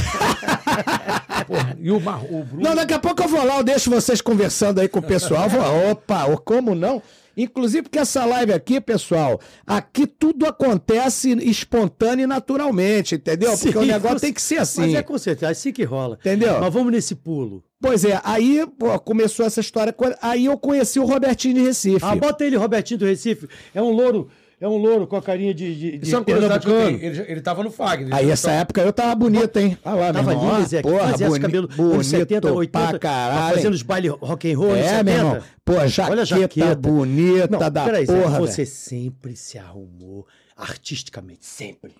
Porra, E o, Mar... o Bruno.
Não, daqui a pouco eu vou lá, eu deixo vocês conversando aí com o pessoal. Vou, opa, ou como não? Inclusive porque essa live aqui, pessoal, aqui tudo acontece espontâneo e naturalmente, entendeu? Porque o
Sim,
negócio
você-
tem que ser
Mas
assim.
é com certeza, assim que rola.
Entendeu?
Mas vamos nesse pulo.
Pois é, aí pô, começou essa história. quando- Aí eu conheci o Robertinho de Recife.
Ah, bota ele, Robertinho do Recife. É um louro, é É um louro com a carinha de, de, de
Isso é uma curiosidade que eu
pernambucano.
tenho. Ele, já- ele tava no Fagner.
Aí
é
Então,
essa época eu tava bonito, hein? Olha lá,
Tava
meu irmão.
lindo,
Ó,
Zé. que
Porra,
fazia esse
boni-
cabelo
bonito
anos 70, 80.
pra
tá
caralho.
Fazendo os baile rock and roll nos
É,
70.
meu irmão. Pô,
Olha a
jaqueta,
jaqueta.
bonita da
peraí, Zé,
porra, né?
Você sempre se arrumou artisticamente, sempre.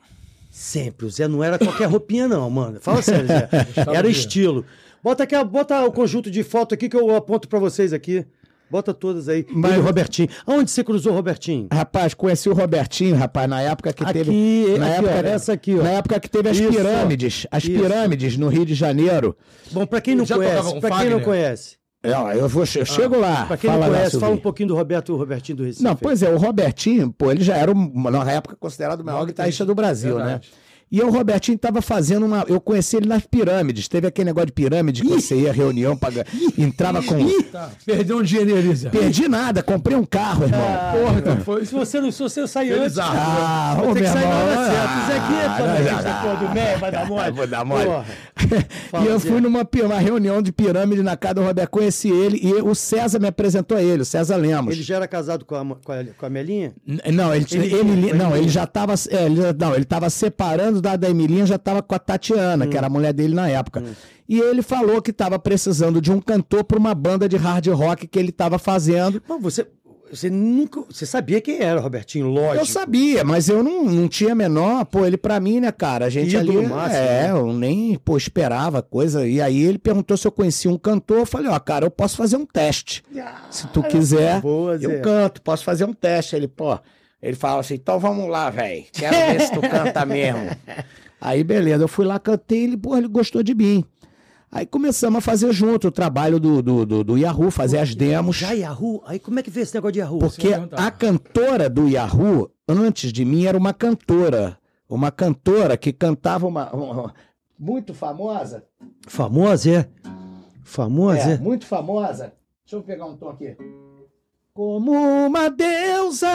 Sempre. O Zé não era qualquer roupinha, não, mano. Fala sério,
(laughs)
Zé. Era
do
estilo. Bota, aqui, a- bota o conjunto de foto aqui que eu aponto pra vocês aqui. Bota todas aí.
Mas-
Mas... o Robertinho. Aonde você cruzou o Robertinho?
Rapaz, conheci o Robertinho, rapaz, na época que
Aqui,
teve. Na
aqui,
época,
ó, nessa aqui, ó.
Na época que teve as
Isso, ó.
pirâmides. As
Isso.
pirâmides no Rio de Janeiro.
Bom, pra quem não
Já tocava
conhece,
com
pra quem não
Fagner?
conhece,
Não, eu vou, eu chego lá.
Ah, pra quem não
Fala lá,
conhece,
Silvinho.
fala um pouquinho do Roberto o Robertinho do Recife.
Não, pois é, o Robertinho, pô, ele já era, um- na época, considerado o maior
Maior
guitarrista
guitarrista,
do Brasil,
verdade.
né? E o Robertinho tava fazendo uma. Eu conheci ele nas pirâmides. Teve aquele negócio de pirâmide que você ia à reunião, pra... entrava com.
tá. Perdeu um dinheiro ali, Zé.
Perdi nada, comprei um carro, irmão.
Ah,
Porra, então foi.
Se você não, se você sair antes,
Felizardo.
Ah,
Vai
ô,
ter que
meu
sair na
irmão,
hora
ah,
certa. Isso aqui é
ah,
panelista,
ah,
pô, do MEI, vai
(laughs)
dar mole.
Vou dar mole.
Porra.
e
Fala,
eu
Zé.
fui numa pi- uma reunião de pirâmide na casa do Roberto, conheci ele e o César me apresentou a ele, o César Lemos.
Ele já era casado com a, com a, com a Melinha?
N- Não, ele,
Ele
ele-
tinha,
não,
foi
ele já estava, não, ele tava separando da, da Emilinha, já estava com a Tatiana,
Hum.
que era a mulher dele na época. E ele falou que estava precisando de um cantor para uma banda de hard rock que ele estava fazendo.
Mas você, você nunca. Você sabia quem era, Robertinho? Lógico.
Eu sabia, mas eu não, não tinha a menor, pô, ele pra mim, né, cara, a gente
Ídolo
ali,
máximo,
é,
né?
eu nem, pô, esperava coisa, e aí ele perguntou se eu conhecia um cantor, eu falei, ó, cara, eu posso fazer um teste, se tu quiser,
Ah, Boa, Zé.
eu canto, posso fazer um teste, ele, pô, ele falava assim, então vamos lá, velho, quero ver se
(laughs)
tu canta mesmo. Aí, beleza, eu fui lá, cantei, ele, pô, ele gostou de mim. Aí começamos a fazer junto o trabalho do, do, do, do Yahoo, fazer as demos.
Já Yahoo? Aí como é que veio esse negócio de Yahoo?
Porque
eu perguntar.
a cantora do Yahoo, antes de mim, era uma cantora. Uma cantora que cantava uma. uma- muito famosa.
Famosa, é? Famosa,
É,
é?
muito famosa. Deixa eu pegar um tom aqui. Como uma deusa,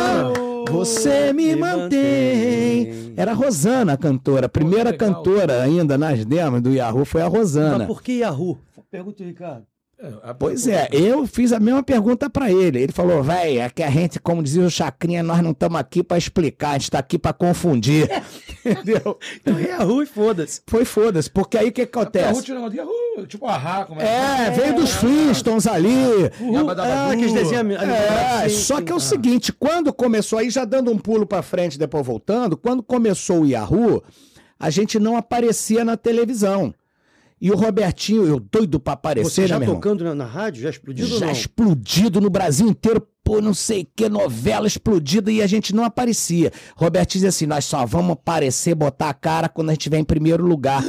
É.
você me, mantém. Era a Rosana a cantora. A primeira
legal.
cantora ainda nas demas do Yahoo foi a
Mas
Rosana.
por que Yahoo? Pergunta o Ricardo.
É, a-
Pois é, eu fiz a mesma pergunta pra ele. Ele falou, véi, é que a gente, como dizia o Chacrinha, nós não estamos aqui pra explicar, a gente tá aqui pra confundir. (laughs) Entendeu?
Então Yahoo e foda-se.
Foi foda-se, porque aí o que
Porque a Ruth
acontece?
tinha um negócio de Yahoo, tipo a Rá, como
É, veio dos Flintstones ali.
é,
Ah,
uh.
aqueles desenhos
É,
animados, sim,
só
sim.
que é o seguinte, quando começou, aí já dando um pulo pra frente, depois voltando, quando começou o Yahoo, a gente não aparecia na televisão. E o Robertinho, eu doido pra aparecer,
Você já
né, meu irmão?
tocando na, na rádio? Já explodiu ou
já
não?
explodido no Brasil inteiro, pô, não sei que novela explodida e a gente não aparecia. Roberto dizia assim: nós só vamos aparecer, botar a cara quando a gente estiver em primeiro lugar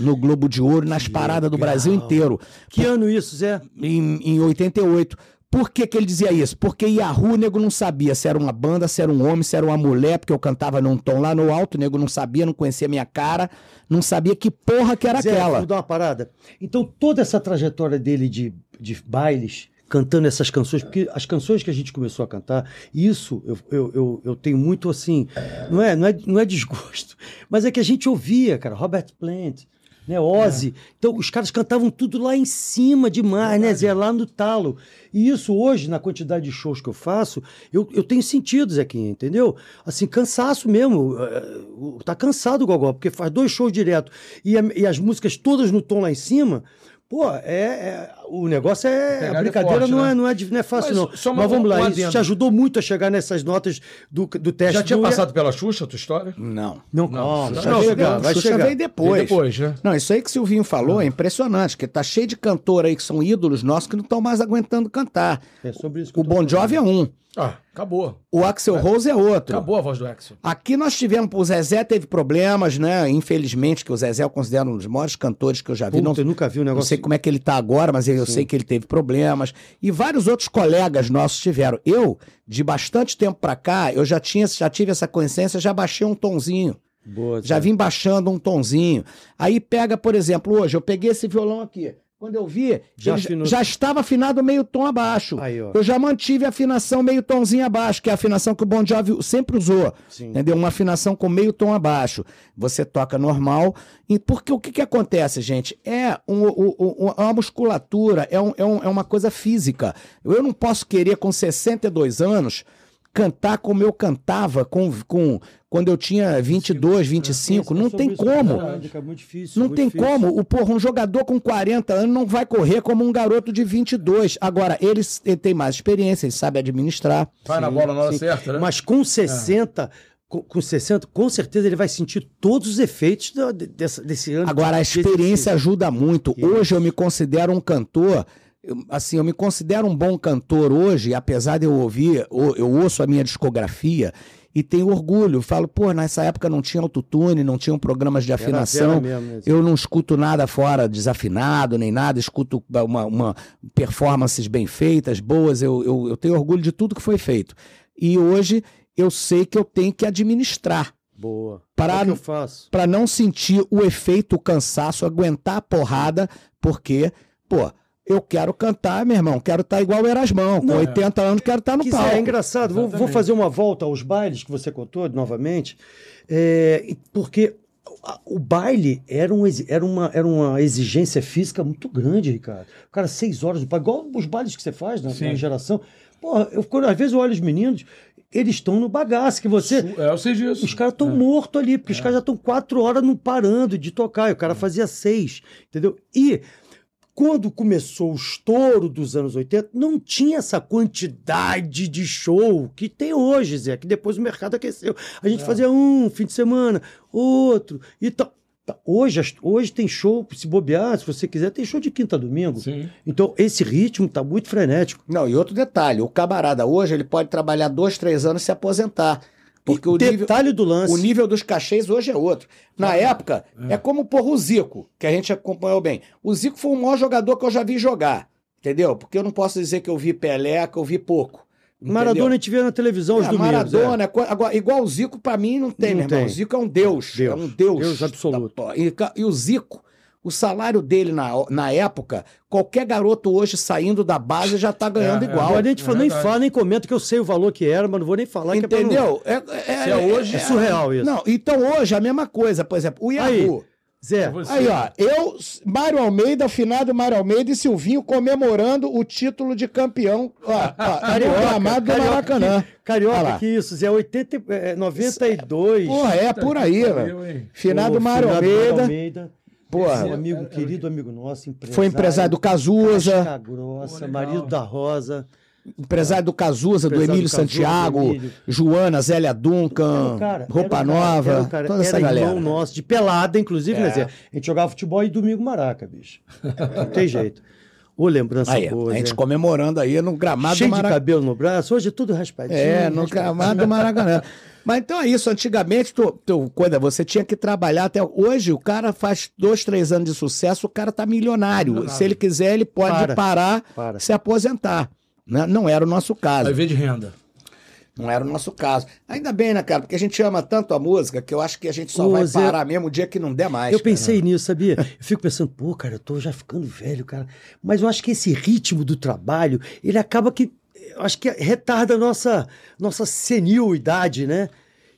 no Globo de Ouro, nas paradas do
legal.
Brasil inteiro,
Que ano isso, Zé?
em, em 88. Por que, que ele dizia isso? Porque Yahoo, o nego não sabia se era uma banda, se era um homem, se era uma mulher, porque eu cantava num tom lá no alto, o nego não sabia, não conhecia minha cara, não sabia que porra que era
Zé,
aquela.
Vou dar uma parada. Então, toda essa trajetória dele de, de bailes, cantando essas canções, porque as canções que a gente começou a cantar, isso eu, eu, eu, eu tenho muito assim. Não é, não, é, não é desgosto, mas é que a gente ouvia, cara, Robert Plant. Né,
É.
Ozzy. Então, os caras cantavam tudo lá em cima demais, né, Zé? Lá no talo. E isso hoje, na quantidade de shows que eu faço, eu, eu tenho sentido, Zequinha, entendeu? Assim, cansaço mesmo. eh, o- Tá cansado o Gogó, porque faz dois shows direto e, a- e as músicas todas no tom lá em cima. Pô, é, é- o negócio é.
pegada
A
é
brincadeira
forte,
não, é,
né?
não, é, de- não é
Mas
fácil, não.
só uma-
Mas vamos
um
lá, isso
adendo.
te ajudou muito a chegar nessas notas do, do teste.
Já tinha
do-
passado pela Xuxa, a tua história?
Não.
Não,
Não,
calma,
Xuxa
vai
não,
chegar,
não,
vai
Xuxa
chegar.
veio depois.
Veio depois, né?
Não, isso aí que o Silvinho falou é impressionante, que tá cheio de cantor aí que são ídolos nossos que não estão mais aguentando cantar.
É sobre isso que
O
eu tô
Bon Jovi é um,
Ah, acabou.
o Axel Rose é outro.
Acabou a voz do Axel.
Aqui nós tivemos, o Zezé teve problemas, né? Infelizmente, que o Zezé eu considero um dos maiores cantores que eu já vi.
Puta,
Não,
eu nunca vi um
não
negócio.
sei como é que ele tá agora, mas eu sei que ele teve problemas. E vários outros colegas nossos tiveram. Eu, de bastante tempo pra cá, eu já, tinha, já tive essa consciência, já baixei um tonzinho.
Boa,
Já
Zé.
vim baixando um tonzinho. Aí pega, por exemplo, hoje eu peguei esse violão aqui. Quando eu vi,
Já
ele
afinou.
já estava afinado meio tom abaixo.
Aí, ó.
Eu já mantive a afinação meio tomzinho abaixo, que é a afinação que o Bon Jovi sempre usou.
Sim.
Entendeu? Uma afinação com meio tom abaixo. Você toca normal. E porque o que, que acontece, gente? É um- o- o- o- uma musculatura, é, um- é um- é uma coisa física. Eu não posso querer, com 62 anos, cantar como eu cantava com, com, quando eu tinha 22, 25. Não tem como.
É muito difícil,
Não
muito
tem
difícil.
como. O porra, um jogador com 40 anos não vai correr como um garoto de 22. Agora, ele, s- ele tem mais experiência, ele sabe administrar.
Vai na bola na hora
sim.
certa, né?
Mas com 60, com, com 60, com certeza ele vai sentir todos os efeitos da- de- dessa- desse ano.
Agora, a
desse-
experiência ajuda muito.
Isso.
Hoje eu me considero um cantor. eu- Assim, eu me considero um bom cantor hoje, apesar de eu ouvir, ou- eu ouço a minha discografia e tenho orgulho. Falo, pô, nessa época não tinha autotune, não tinham programas de
Era zero
afinação.
mesmo, né?
Eu não escuto nada fora desafinado, nem nada, escuto uma, uma- performances bem feitas, boas, eu, eu, eu tenho orgulho de tudo que foi feito. E hoje eu sei que eu tenho que administrar
Boa.
Para-
É o que eu faço.
para não sentir o efeito cansaço, aguentar a porrada, porque, pô, eu quero cantar, meu irmão, quero estar igual o Erasmão, com
Não, é.
80 anos quero estar tá no
Que isso é
palco.
engraçado. Vou, vou
Exatamente.
fazer uma volta aos bailes que você contou novamente, é, e- porque a- o baile era, um exi- era uma, era uma exigência física muito grande, Ricardo. O cara, seis horas do baile, igual os bailes que você faz né, na,
Sim.
na geração. Porra, eu, quando- às vezes eu olho os meninos, eles estão no bagaço, que você.
É, eu sei disso.
Os caras estão
É.
mortos ali, porque os caras já estão quatro horas não parando de tocar. E o
É.
cara fazia seis, entendeu? E quando começou o estouro dos anos 80, não tinha essa quantidade de show que tem hoje, Zé, que depois o mercado aqueceu. A
É.
gente fazia um fim de semana, outro e tal. Tá, Hoje, as- hoje tem show, se bobear, se você quiser, tem show de quinta a domingo.
Sim.
Então, esse ritmo tá muito frenético.
Não, e outro detalhe, o camarada hoje ele pode trabalhar dois, três anos e se aposentar. Porque
E
o nível,
detalhe do lance.
o nível dos cachês hoje é outro. Na época, é. como porra, o Zico, que a gente acompanhou bem. O Zico foi o maior jogador que eu já vi jogar. Entendeu? Porque eu não posso dizer que eu vi Pelé, que eu vi pouco. entendeu?
Maradona a gente vê na televisão os
É,
domingos. é.
Maradona, co- agora, igual o Zico, pra mim não tem,
Não
meu irmão.
tem.
O Zico é um deus,
Deus.
É um deus.
Deus absoluto.
Da po- E, ca- e o Zico, o salário dele na, o- na época, qualquer garoto hoje saindo da base já tá ganhando
É, é.
igual.
Agora a gente
É
fala, nem
verdade.
fala, nem comenta, que eu sei o valor que era, mas não vou nem falar que é pra não-
Entendeu? É,
Se é hoje,
é surreal isso.
Não, então hoje é a mesma coisa, por exemplo, o
Aí.
Yahoo.
Zé,
Você-
É, Aí, ó, eu, Mário Almeida, finado Mário Almeida e Silvinho comemorando o título de campeão,
(laughs)
ó, ó, amado do Maracanã.
que- Carioca,
Olha lá.
que isso, Zé, 80, e- é, 92.
Porra, é por aí,
tá Pariu,
velho.
hein?
Finado Mário Almeida. Porra.
um
É,
amigo querido, amigo nosso, empresário.
é Foi empresário do Cazuza,
Casca grossa,
Pô, legal.
marido da Rosa.
empresário do Cazuza, do
Empresário do
Emílio
Cazuza,
Santiago,
do Emílio.
Joana, Zélia
Era
Duncan,
o cara,
Hum. Roupa
era o cara,
Nova,
era o cara,
toda essa
era
galera.
irmão nosso, de pelada, inclusive,
É.
né, Zé? A gente jogava futebol e domingo maraca, bicho. Não
(laughs)
tem jeito. Ô, lembrança
Aí,
boa,
a gente
Zé.
comemorando aí no gramado
Cheio
do
de
Maracanã.
cabelo no braço, hoje é tudo raspadinho.
É, no
raspadinho.
gramado do Maracanã. Mas então é isso, antigamente tu, tu- quando você tinha que trabalhar até hoje, o cara faz dois, três anos de sucesso, o cara tá milionário.
Milionário.
Se ele quiser, ele pode
Para.
parar,
Para.
se aposentar. né? Não era o nosso caso.
Vai ver de renda.
Não era o nosso caso. Ainda bem, né, cara? Porque a gente ama tanto a música que eu acho que a gente só
Ô,
vai
Zé,
parar mesmo o dia que não der mais.
Eu
cara.
pensei nisso,
(laughs)
sabia? Eu fico pensando, pô, cara, eu tô já ficando velho, cara. Mas eu acho que esse ritmo do trabalho, ele acaba que. Eu acho que retarda a nossa, nossa senil idade, né?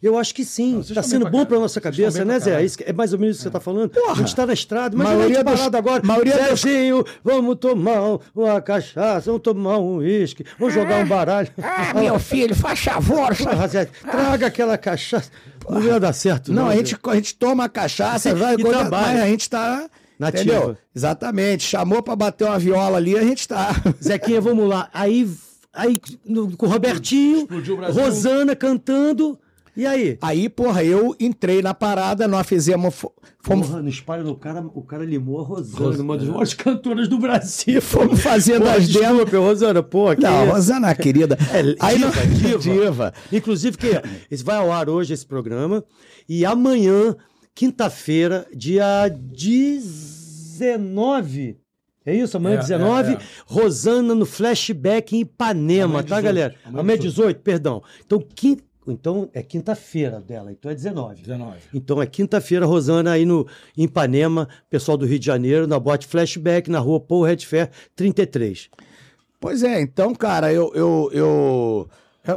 Eu acho que sim.
vocês
Tá
estão
sendo
bem pra
bom pra
caralho.
nossa
Vocês estão
cabeça,
bem
né,
pra
Zé?
caralho.
Isso que- É mais ou menos isso que você tá falando. A gente tá na estrada, mas
Maioria
maioria
dos-
parado agora.
maioria dos-
Zezinho, vamos tomar um, uma cachaça, vamos tomar um uísque, vamos jogar um baralho.
Ah, meu filho, faz favor.
Porra, Zé, traga aquela cachaça. Não ia dar certo,
Não, a
Zé.
gente, a gente toma a cachaça, vai,
E
coisa-
trabalha.
mas a gente tá.
Nativa.
Entendeu? Exatamente. Chamou pra bater uma viola ali, a gente tá. (laughs)
Zequinha, vamos lá. Aí, aí no- com o Robertinho,
Explodiu o Brasil.
Rosana cantando. E aí?
Aí, porra, eu entrei na parada, nós fizemos. fo- Fomos,
no espalho o cara, o cara limou a Rosana,
Rosana.
uma das maiores cantoras do Brasil.
fomos fazendo
Porra,
as demos.
desculpa, Rosana, porra, que
Não,
isso?
Rosana, querida. Aí
diva,
nós-
diva.
diva.
Inclusive, que esse vai ao ar hoje esse programa. E amanhã, quinta-feira, dia 19. É isso? Amanhã
É,
19,
é, é.
Rosana no flashback em Ipanema,
Amanhã
tá,
18,
galera?
amanhã
Amanhã, 18. perdão. Então, quin... então é quinta-feira dela, então é 19.
19.
Então é quinta-feira, Rosana, aí no em Ipanema, pessoal do Rio de Janeiro, na boate Flashback, na rua Paul Redfer, 33.
Pois é, então, cara, eu. eu, eu...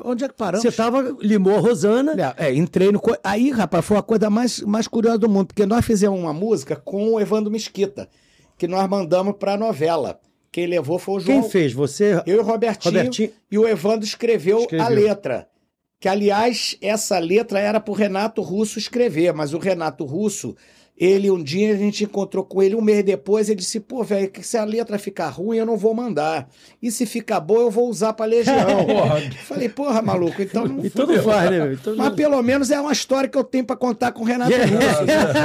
Onde é que paramos?
Você tava, limou a Rosana,
Olha, é, entrei no. co- Aí, rapaz, foi a coisa mais, mais curiosa do mundo, porque nós fizemos uma música com o Evandro Mesquita, que nós mandamos pra novela. Quem levou foi o João.
quem fez? Você,
Eu e o Robertinho,
Robertinho.
E o Evandro escreveu, a
Escreveu.
letra. Que, aliás, essa letra era para o Renato Russo escrever, mas o Renato Russo, ele um dia a gente encontrou com ele, um mês depois, ele disse: pô, velho, que se a letra ficar ruim, eu não vou mandar. E se ficar boa, eu vou usar pra Legião.
Porra.
Falei, (laughs) porra, maluco, então não.
E tudo faz, né, meu? Então
Mas pelo menos é uma história que eu tenho pra contar com o Renato Russo.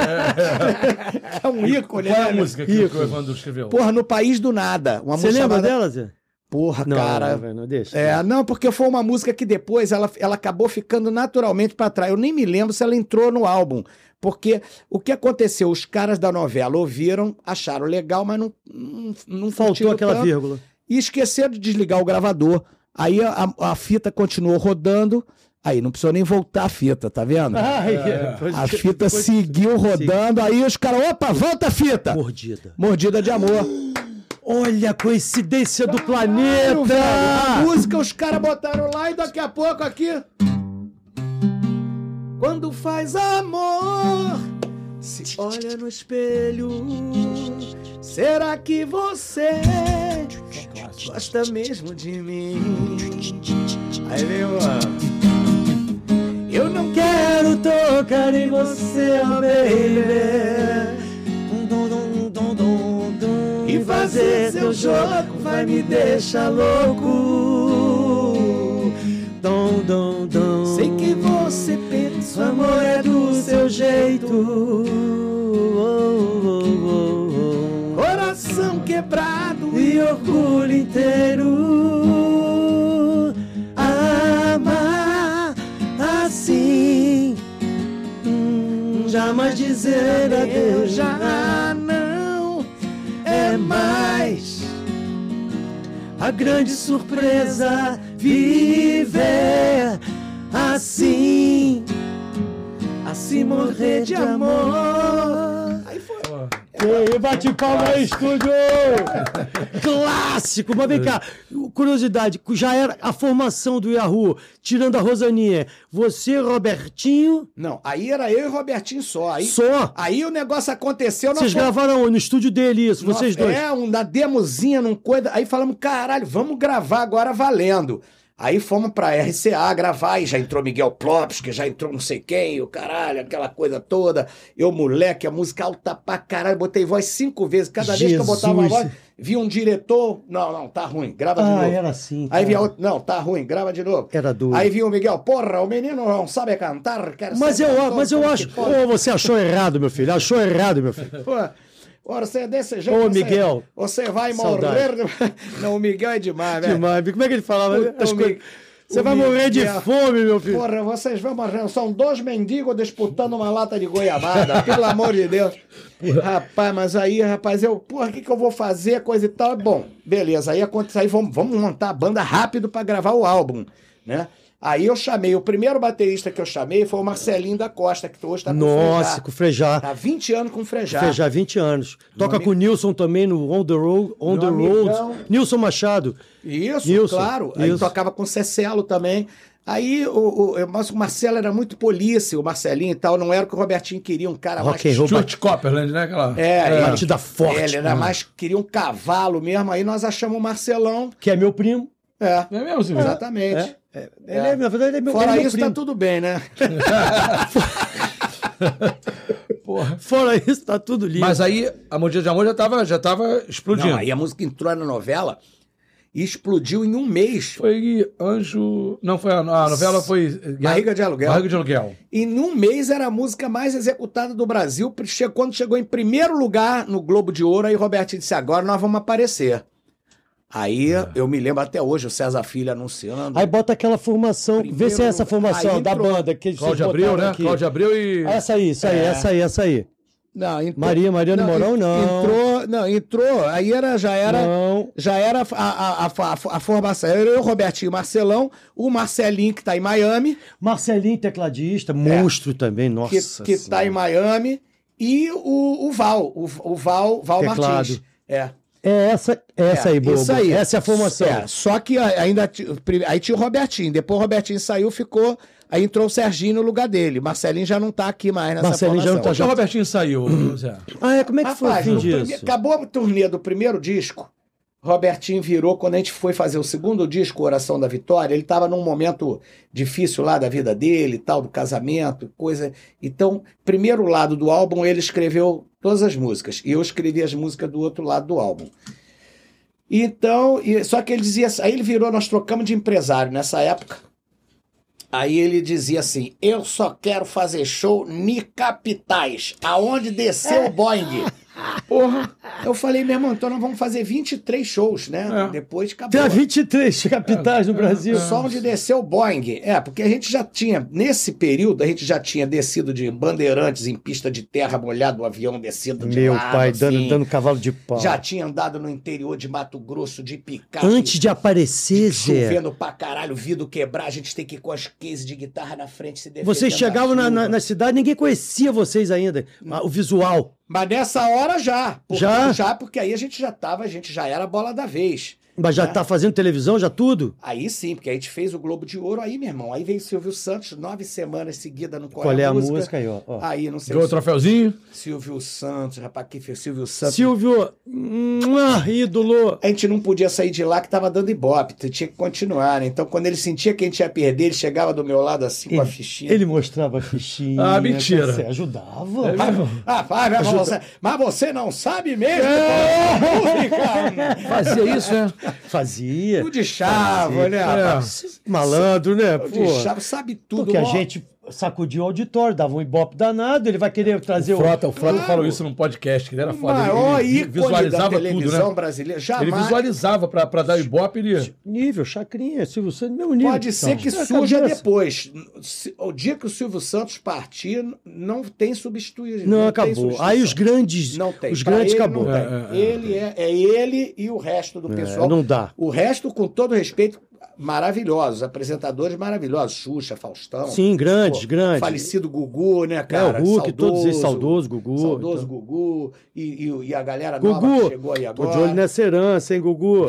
é um (laughs) ícone,
Qual é
né?
a
velho?
música que, que o Evandro escreveu?
Porra, no País do Nada. Uma
Você
música
lembra
chamada-
dela, Zé?
Porra,
Não,
cara.
não, velho, não deixa.
É, não, porque foi uma música que depois ela, ela acabou ficando naturalmente pra trás. Eu nem me lembro se ela entrou no álbum. Porque o que aconteceu? Os caras da novela ouviram, acharam legal, mas não, não, não
Faltou
curtiram
aquela
tanto
vírgula.
e esqueceram de desligar o gravador. Aí a, a fita continuou rodando. Aí não precisou nem voltar a fita, tá vendo?
Ai, é,
É, a fita assim, seguiu rodando. Aí os caras, opa, volta a fita!
Mordida.
Mordida de amor.
Olha a coincidência do
Claro, velho. A
planeta!
música os caras botaram lá e daqui a pouco aqui. Quando faz amor, se olha no espelho, será que você gosta mesmo de mim? Aí vem o. Eu não quero tocar em você, baby. E fazer seu jogo vai me deixar louco.
Dom, dom, dom.
Sei que você pensa, o amor é do seu jeito. Coração quebrado e orgulho inteiro. Amar assim, hum, jamais dizer adeus. Já não é mais a grande surpresa viver assim, assim morrer de amor. Aí foi.
Porra.
E bate palma aí, estúdio! Clássico! Mas vem cá, curiosidade, já era a formação do Yahoo, tirando a Rosaninha. Você, Robertinho,
Não, aí era eu e o Robertinho só. Aí,
só.
aí o negócio aconteceu. nós
Vocês
fomos-
gravaram onde? No estúdio dele, isso, vocês
nós-
dois.
É, um, na demozinha, num coisa. Aí falamos, caralho, vamos gravar agora valendo. Aí fomos pra RCA gravar e já entrou Miguel Plops, que já entrou não sei quem, o caralho, aquela coisa toda. Eu, moleque, a música alta pra caralho, botei voz cinco vezes. Cada vez que eu botava uma
Jesus.
voz, vi um diretor. Não, não, tá ruim, grava de
Ah,
novo.
era assim.
Aí
cara.
vinha outro, não, tá ruim, grava de novo.
Era doido.
Aí vinha o Miguel, porra, o menino não sabe cantar, quer
Mas
ser
eu,
cantor,
mas eu
como
acho.
né? que pode?
Ô, você achou errado, meu filho. Achou errado, meu filho.
Pô, ora, você é desse jeito.
Ô,
você-
Miguel.
Você vai
Saudade.
morrer. (laughs) Não, o Miguel é demais, velho.
Demais. Como é que ele falava?
Puta,
As
o
coisas-
Mi-
Você
o é.
vai morrer de
Miguel.
fome, meu filho.
Porra, vocês vão morrer. São dois mendigos disputando uma lata de goiabada. (laughs) pelo amor de Deus. Rapaz, mas aí, rapaz, eu. Porra, o que, que eu vou fazer? Coisa e tal. É Bom, beleza. Aí acontece. Aí vamos, vamos montar a banda rápido pra gravar o álbum, né? Aí eu chamei, o primeiro baterista que eu chamei foi o Marcelinho da Costa, que hoje tá com
Nossa,
Frejá.
com frejar.
Tá 20 anos com Frejá.
Fez já 20 anos. Toca com o Nilson também no On the Road. On
Meu
the
amigão.
Road. Nilson Machado.
Isso,
Isso,
claro. Aí
isso.
tocava com Cecelo também. Aí o, o, mas o Marcelo era muito polícia, o Marcelinho e tal. Não era o que o Robertinho queria, um cara
Rock and
mais.
roll.
Stuart Copperland, né? Aquela...
É, ele,
Batida forte. né,
ele era mais. Queria um cavalo mesmo. Aí nós achamos o Marcelão.
Que é meu primo.
É,
Não é mesmo, Silvio?
exatamente.
Ele é, na verdade, ele é meu, ele
Fora
é meu
isso,
primo.
tá tudo bem, né?
Porra.
(laughs) Fora isso, tá tudo lindo.
Mas aí, a Mordida de Amor já tava, já tava explodindo.
Não, aí a música entrou na novela e explodiu em um mês.
Foi Anjo... Não, foi a, a novela foi...
Barriga de aluguel.
Barriga de Aluguel.
Em um mês era a música mais executada do Brasil. Che- Quando chegou em primeiro lugar no Globo de Ouro, aí Robertinho disse: agora nós vamos aparecer. Aí eu me lembro até hoje o César Filho anunciando.
É. Aí bota aquela formação. vê se é essa
Primeiro,
formação
aí
da
entrou.
banda que eles
Cláudio
botaram
Abreu, né?
aqui.
Cláudio Abreu e...
Essa aí, isso aí,
É.
essa aí, essa aí.
Não, entrou-
Maria, Mariano Mourão,
en-
não.
Entrou, não, entrou. Aí era, já era.
Não.
Já era a, a, a, a- a formação. Era eu, Robertinho e Marcelão, o Marcelinho, que tá em Miami,
Marcelinho, tecladista, monstro também,
É. que,
nossa.
que tá
Senhora.
em Miami, e o, o Val, o, o Val, Val
Teclado.
Martins. É.
É essa, é essa aí, bobo.
Isso aí.
Essa é a formação.
É, só que a- ainda. ti- pri- Aí tinha o Robertinho. Depois o Robertinho saiu, ficou. Aí entrou o Serginho no lugar dele. Marcelinho já não tá aqui mais nessa
Marcelinho já não tá
Por
formação.
que o
Hum.
Robertinho saiu, né, Zé?
Ah, é, como é que foi o
Rapaz,
fim
no
disso?
prime- acabou a turnê do primeiro disco. Robertinho virou, quando a gente foi fazer o segundo disco, Oração da Vitória, ele estava num momento difícil lá da vida dele, tal, do casamento, coisa. Então, primeiro lado do álbum, ele escreveu todas as músicas, e eu escrevi as músicas do outro lado do álbum. Então, e- só que ele dizia, assim- aí ele virou, nós trocamos de empresário nessa época. Aí ele dizia assim: Eu só quero fazer show em capitais, aonde desceu o
(laughs)
Boeing.
Porra.
Eu falei, meu irmão, então nós vamos fazer 23 shows, né?
É.
Depois acabou.
Tem a É. 23 capitais no Brasil.
É. Só onde desceu o Boeing. É, porque a gente já tinha, nesse período, a gente já tinha descido de bandeirantes em pista de terra molhado, o avião descido de
Meu
lado,
pai,
assim.
dando, dando cavalo de pau.
Já tá tinha andado no interior de Mato Grosso de picape.
Antes de aparecer, Zé,
Chovendo pra caralho, vidro quebrar, a gente tem que ir com as cases de guitarra na frente se defendendo.
vocês
da
chegavam na, na,
chuva.
na cidade, ninguém conhecia vocês ainda. O visual.
Mas nessa hora já. Porque,
Já?
Já, porque aí a gente já tava, a gente já era a bola da vez.
Mas já
É.
tá fazendo televisão, já tudo?
Aí sim, porque a gente fez o Globo de Ouro aí, meu irmão. Aí veio Silvio Santos, nove semanas seguidas no
Qual é a música aí, ó? ó.
Aí, não sei.
Ganhou o troféuzinho.
Silvio Santos, rapaz, que fez Silvio
tá
Santos.
Silvio, mua, ídolo.
A gente não podia sair de lá que tava dando ibope, tu tinha que continuar, né? Então, quando ele sentia que a gente ia perder, ele chegava do meu lado assim com a fichinha.
Ele mostrava a fichinha.
Ah, mentira.
Você ajudava.
É
Mas,
mesmo?
ah, vai, vai, mas, você, mas você não sabe mesmo!
É.
Música!
Fazia isso,
(laughs)
né?
Fazia.
Tudo de chavo, né? rapaz?
Malandro, né?
Tudo
Pô.
de chavo, sabe tudo.
Porque a
ó.
gente sacudiu o auditório, dava um ibope danado, ele vai querer trazer
O Frota, o Frota
Claro.
falou isso num podcast, que ele era
O
foda. Ele-
Ah. maior
ele,
ícone da
visualizava tudo,
televisão
né?
brasileira.
Ele
Jamais.
visualizava pra, pra dar ibope, ele...
Nível, chacrinha, Silvio Santos, mesmo nível.
Pode ser
Então,
que
na
surja
cabeça.
depois. Se- O dia que o Silvio Santos partir, não tem substituir.
Não,
tem
acabou.
substituição.
Aí os grandes.
Não tem.
Os
Pra
grandes
ele
acabou.
Não
É,
tem.
é, é.
ele é, é ele e o resto do
É,
pessoal.
não dá.
O resto, com todo respeito, maravilhosos. Apresentadores maravilhosos. Xuxa, Faustão.
Sim, grandes,
Pô,
grandes.
Falecido Gugu, né,
é, o
cara?
Hulk, todos eles saudosos, Gugu.
Saudoso
então.
Gugu. E, e- e a galera nova que
Gugu,
chegou aí
tô
agora.
de olho nessa herança, hein,
(laughs)
Gugu?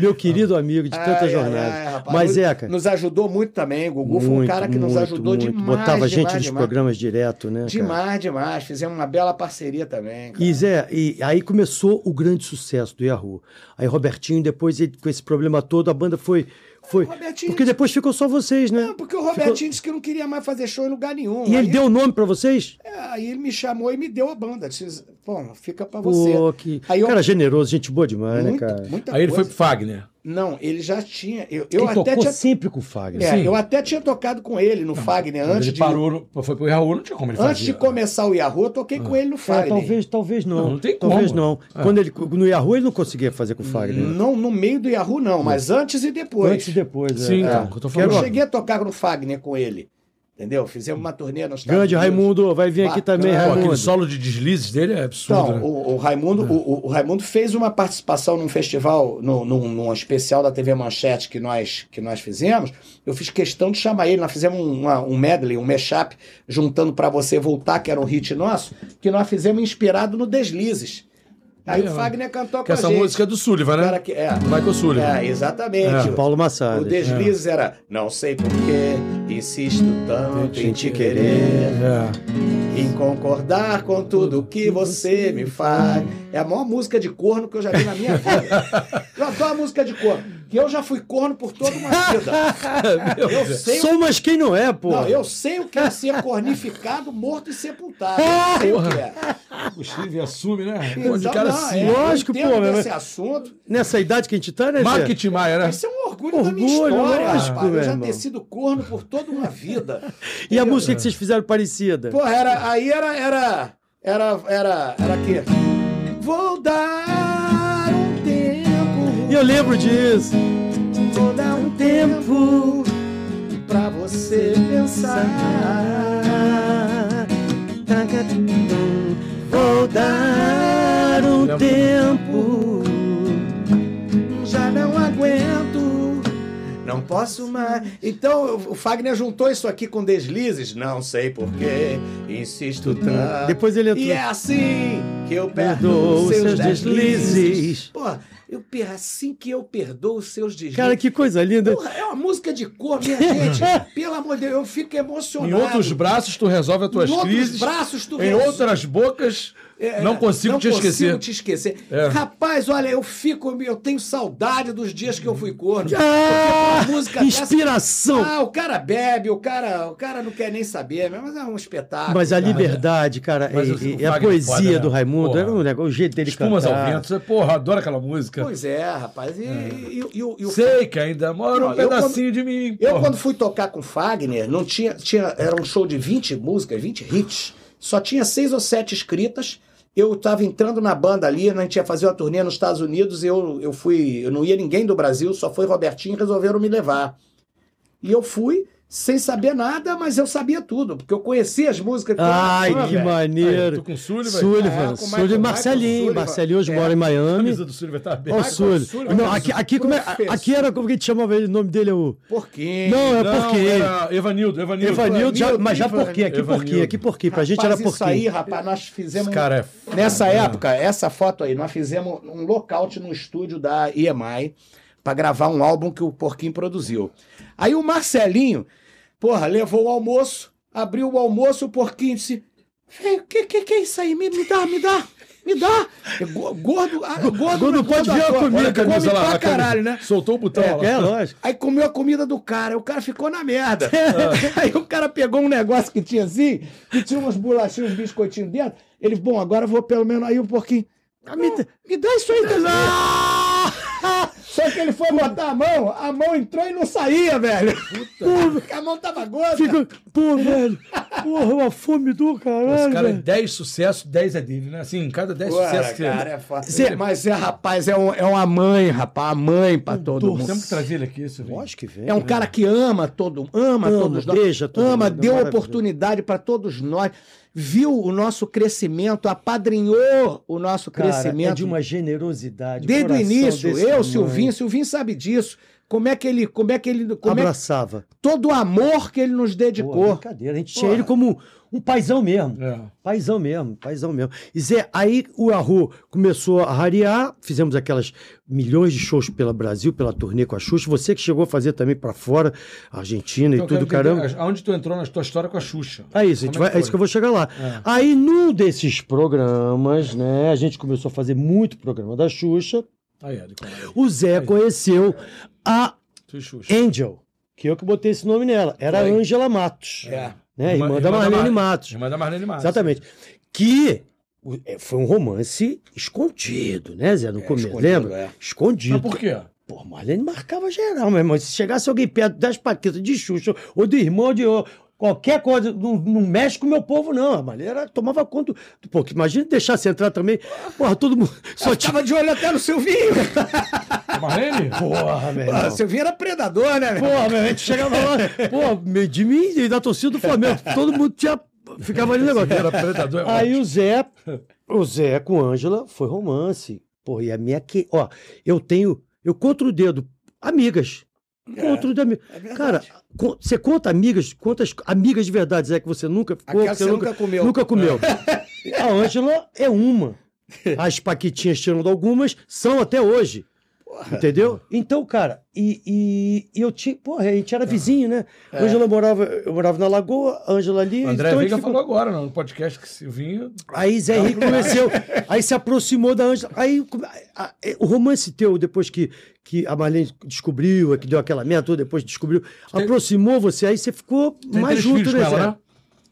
Meu querido amigo de tanta
Ai,
jornada.
ai, ai, rapaz.
Mas,
Nos-
Zeca.
Nos ajudou muito também. O Gugu foi um
muito,
cara que nos
muito,
ajudou
muito.
demais.
Botava a gente
demais,
nos
demais.
programas direto, né? cara?
Demais, demais. Fizemos uma bela parceria também. cara.
E Zé, e aí começou o grande sucesso do Yahoo. Aí Robertinho, depois ele, com esse problema todo, a banda foi. foi
Robertinho- É,
porque depois ficou só vocês, né?
Não, porque o Robertinho disse que não queria mais fazer show em lugar nenhum.
E
aí,
ele deu o nome pra vocês?
é, aí ele me chamou e me deu a banda. Disse, Bom, fica pra você.
Pô, que.
Aí eu-
Cara generoso, gente boa demais,
Muita-
né, cara?
muita
Aí ele foi
coisa. É,
pro Fagner.
Não, ele já tinha. Eu, eu
Ele
até
tocou
tinha.
sempre com o Fagner.
é,
Sim.
eu até tinha tocado com ele no Fagner
Quando
antes
ele
de.
parou, no- foi pro Raul, não tinha como ele fazer.
Antes de começar o Yahoo, eu toquei com ele no
É,
Fagner.
talvez, talvez não. É.
Não, não tem
talvez
como.
não. Quando ele, no Yahoo ele não conseguia fazer com o Fagner.
Não no meio do Yahoo, não, mas antes e depois.
Antes e depois. é.
Sim,
é.
então, que eu tô
Eu
falando. Agora.
cheguei a tocar no Fagner com ele. Entendeu? Fizemos uma turnê nos Estados
Grande
Unidos.
Raimundo, vai vir aqui
Bacana.
também,
Pô,
Pô,
Raimundo.
aquele solo de deslizes dele é absurdo,
Então,
né?
o, o Raimundo, o, o Raimundo fez uma participação num festival, num, num, num especial da TV Manchete que nós, que nós fizemos. Eu fiz questão de chamar ele. Nós fizemos uma- um medley, um mashup, juntando pra você voltar, que era um hit nosso, que nós fizemos inspirado no Deslizes. Aí
É,
o Fagner cantou
Que
com a
essa
gente.
música é do Sullivan,
Cara
né?
que- é,
Vai com o Sullivan.
é, exatamente.
De Paulo Massada.
O deslize
É.
era, não sei porquê, insisto tanto em te querer,
É.
em concordar com tudo que você me faz. É a maior música de corno que eu já vi na minha vida. Eu adoro a música de corno, que eu já fui corno por toda uma vida.
(laughs) é.
Eu sei, o-
Sou, mas quem não é, pô?
não, eu sei o que é ser cornificado, morto e sepultado. Eu sei o que é.
O Steve assume, né?
Então,
Pô, de cara
não,
assim.
é, eu
lógico,
entendo
pô, mas-
desse assunto,
Nessa idade que a gente tá, né, Zé?
Marketing Maia, né?
Isso é um orgulho, da minha
Orgulho,
história,
lógico,
rapaz. Eu
meu
já
irmão.
ter sido corno por toda uma vida.
E a
Entendeu?
música que vocês fizeram parecida?
Porra, era, aí era, era, era, era, era aqui. Vou dar um
E
tempo,
eu lembro disso.
vou dar um tempo pra você pensar.
Vou dar um
Lembro.
tempo.
Já não aguento. Não posso mais. Então o Fagner juntou isso aqui com deslizes. Não sei porquê. Insisto
Ah.
tanto.
Depois ele entrou.
E é assim que eu
Perdoo
perdoo os
os
seus
seus
deslizes.
deslizes.
Pô, eu per- assim que eu perdoo os seus deslizes.
Cara, que coisa linda.
Porra, é uma música de cor, minha gente. Pelo amor de Deus, eu fico emocionado.
Em outros braços tu resolve as tuas
Em outros
crises.
braços tu
Em
res-
outras bocas
É,
Não consigo te esquecer.
Não consigo te esquecer.
É.
Rapaz, olha, eu fico, eu tenho saudade dos dias que eu fui corno.
Ah,
Porque uma música dessa-
inspiração!
Ah, o cara bebe, o cara, o cara não quer nem saber, mas é um espetáculo.
Mas a
cara.
liberdade, cara,
Mas
e-
o- o
e, a
Wagner
poesia
foda, né?
do Raimundo
Porra.
era um negócio, o jeito dele
Espumas ao
cantar.
vento. Você, Porra, adoro aquela música.
Pois é, rapaz. E, e- e- e o- e o
Sei que ainda mora um
Não, eu
pedacinho de mim.
Eu,
porra.
quando fui tocar com o Fagner, não tinha, tinha. Era um show de 20 músicas, 20 hits. Só tinha seis ou sete escritas. Eu estava entrando na banda ali, a gente ia fazer uma turnê nos Estados Unidos, eu, eu fui. Eu não ia ninguém do Brasil, só foi Robertinho e resolveram me levar. E eu fui sem saber nada, mas eu sabia tudo, porque eu conhecia as músicas. porque eu era
Ai,
fã,
que
velho.
Ah, Aí, tô
maneiro.
com o Sullivan.
Sullivan,
É, com o
Sullivan,
Michael
Marcelinho,
Sullivan.
Marcelinho hoje
É.
mora em
A
Miami.
camisa do Sullivan tá
Ô,
aberta.
Michael
Sullivan.
Sullivan.
Não, aqui, aqui, como é,
Professor.
aqui era como que a gente chamava ele, o nome dele é o...
Porquinho.
Não, é porque...
era Evanildo, Evanildo.
Evanildo, já-
Evanildo,
mas já
Evanildo.
porquê, aqui porquê,
Evanildo.
aqui porquê, pra
Rapaz,
gente era
Isso aí,
porquê.
rapaz, nós fizemos.
Esse cara é f-
Nessa
É.
época, essa foto aí, nós fizemos um lockout no estúdio da EMI pra gravar um álbum que o Porquinho produziu. Aí o Marcelinho, porra, levou o almoço, abriu o almoço, o Porquinho disse: "Véi, o que, que, que é isso aí? Me, me dá, me dá, me dá. É go- Gordo, ah, gordo,
Gordo pode ver a
adora.
comida,
Olha,
Olha a camisa
come
lá.
pra
a camisa.
caralho, né?
Soltou o botão lá.
É, lógico.
Aí comeu a comida do cara, o cara ficou na merda. Aí o cara pegou um negócio que tinha assim, que tinha umas bolachinhas, uns biscoitinhos dentro. Ele, bom, agora eu vou pelo menos. Aí o porquinho. "Ah, me, dá- me dá isso aí também. Só que ele foi botar a mão, a mão entrou e não saía, velho. Porque a mão tava gorda.
Fica, pô, velho, porra, uma fome do
Esse
caralho,
cara é
velho.
10 sucessos, 10 é dele, né? Assim, cada 10
Porra,
sucessos que
cara, é fácil.
Zé-
Mas é, rapaz, é, um- é uma mãe, rapaz, a mãe pra todo mundo.
Temos que trazer ele aqui, Silvinho.
Lógico que vem. né?
É um cara que ama todo, ama,
Ama,
todos nós,
beija todo
ama,
mundo, é
deu
maravilhoso.
oportunidade para todos nós, viu o nosso crescimento, apadrinhou o nosso
Cara,
crescimento
é de uma generosidade.
desde o
coração
início.
desse
Eu,
tamanho.
Silvinho, Silvinho sabe disso. Como é que ele, como é que ele, como é que-
abraçava.
todo o amor que ele nos
Pô,
dedicou.
brincadeira. A gente
Pô.
tinha ele como um paizão mesmo.
É.
Paizão mesmo, paizão mesmo. E Zé, aí o Yahoo começou a rarear, fizemos aquelas milhões de shows pelo Brasil, pela turnê com a Xuxa. Você que chegou a fazer também pra fora, Argentina
Então,
e
eu quero
tudo,
entender
caramba.
as- Aonde tu entrou na tua história com Tá a Xuxa?
É isso, a gente
Como
vai- é
foi?
isso que eu vou chegar lá. Aí, num desses programas, né, a gente começou a fazer muito programa da Xuxa.
Aí, é, de cara.
O Zé conheceu a
Tu e Xuxa.
Angel, que eu que botei esse nome nela. Era a
Foi.
Angela Matos.
É.
Né, irmã, da Marlene Matos.
Irmã da Marlene Matos.
Exatamente. Que o- é, foi um romance escondido, né, Zé? No começo,
escondido,
lembra?
é.
Escondido.
Mas por quê?
Pô, Marlene marcava geral, meu irmão. Se chegasse alguém perto das paquetas de Xuxa, ou do irmão, ou de ou qualquer coisa, não, não mexe com o meu povo, não. A Marlene era- tomava conta. do- Pô, que imagina deixasse entrar também. Porra, todo mundo. (laughs) Só
Eu
tinha.
tava de olho até no Silvinho.
A (laughs) Marlene?
Porra, meu
Ah,
irmão.
(laughs) Silvinho era predador, né? velho?
Porra, meu, a gente chegava lá. Pô, meio de mim e da torcida do Flamengo. Todo mundo tinha. Ficava ali no negócio.
Era predador. é
Aí
ótimo.
o Zé, o Zé com Ângela foi romance. Porra, e a minha que. Ó, eu tenho. Eu conto o dedo. Amigas. Conto o dedo. ami-
É verdade.
Cara, con- você conta amigas? Quantas amigas de verdade, Zé, que você nunca ficou?
Aquela que você nunca comeu.
Nunca comeu. a Ângela é uma. As Paquitinhas, tirando algumas, são até hoje. Entendeu? Então, cara, e, e- e eu tinha. Porra, a gente era
Ah.
vizinho, né?
É.
Ângela morava, eu morava na Lagoa, Ângela ali.
André
então a gente
Veiga
ficou-
falou agora no podcast que Silvinho.
Aí Zé Henrique
(laughs)
conheceu, aí se aproximou da Ângela. Aí come- a- a- o romance teu, depois que, que a Marlene descobriu, é que deu aquela merda toda, depois descobriu, aproximou você, aí você ficou
Tem
mais
três
junto,
filhos
né,
com ela,
Zé?
né?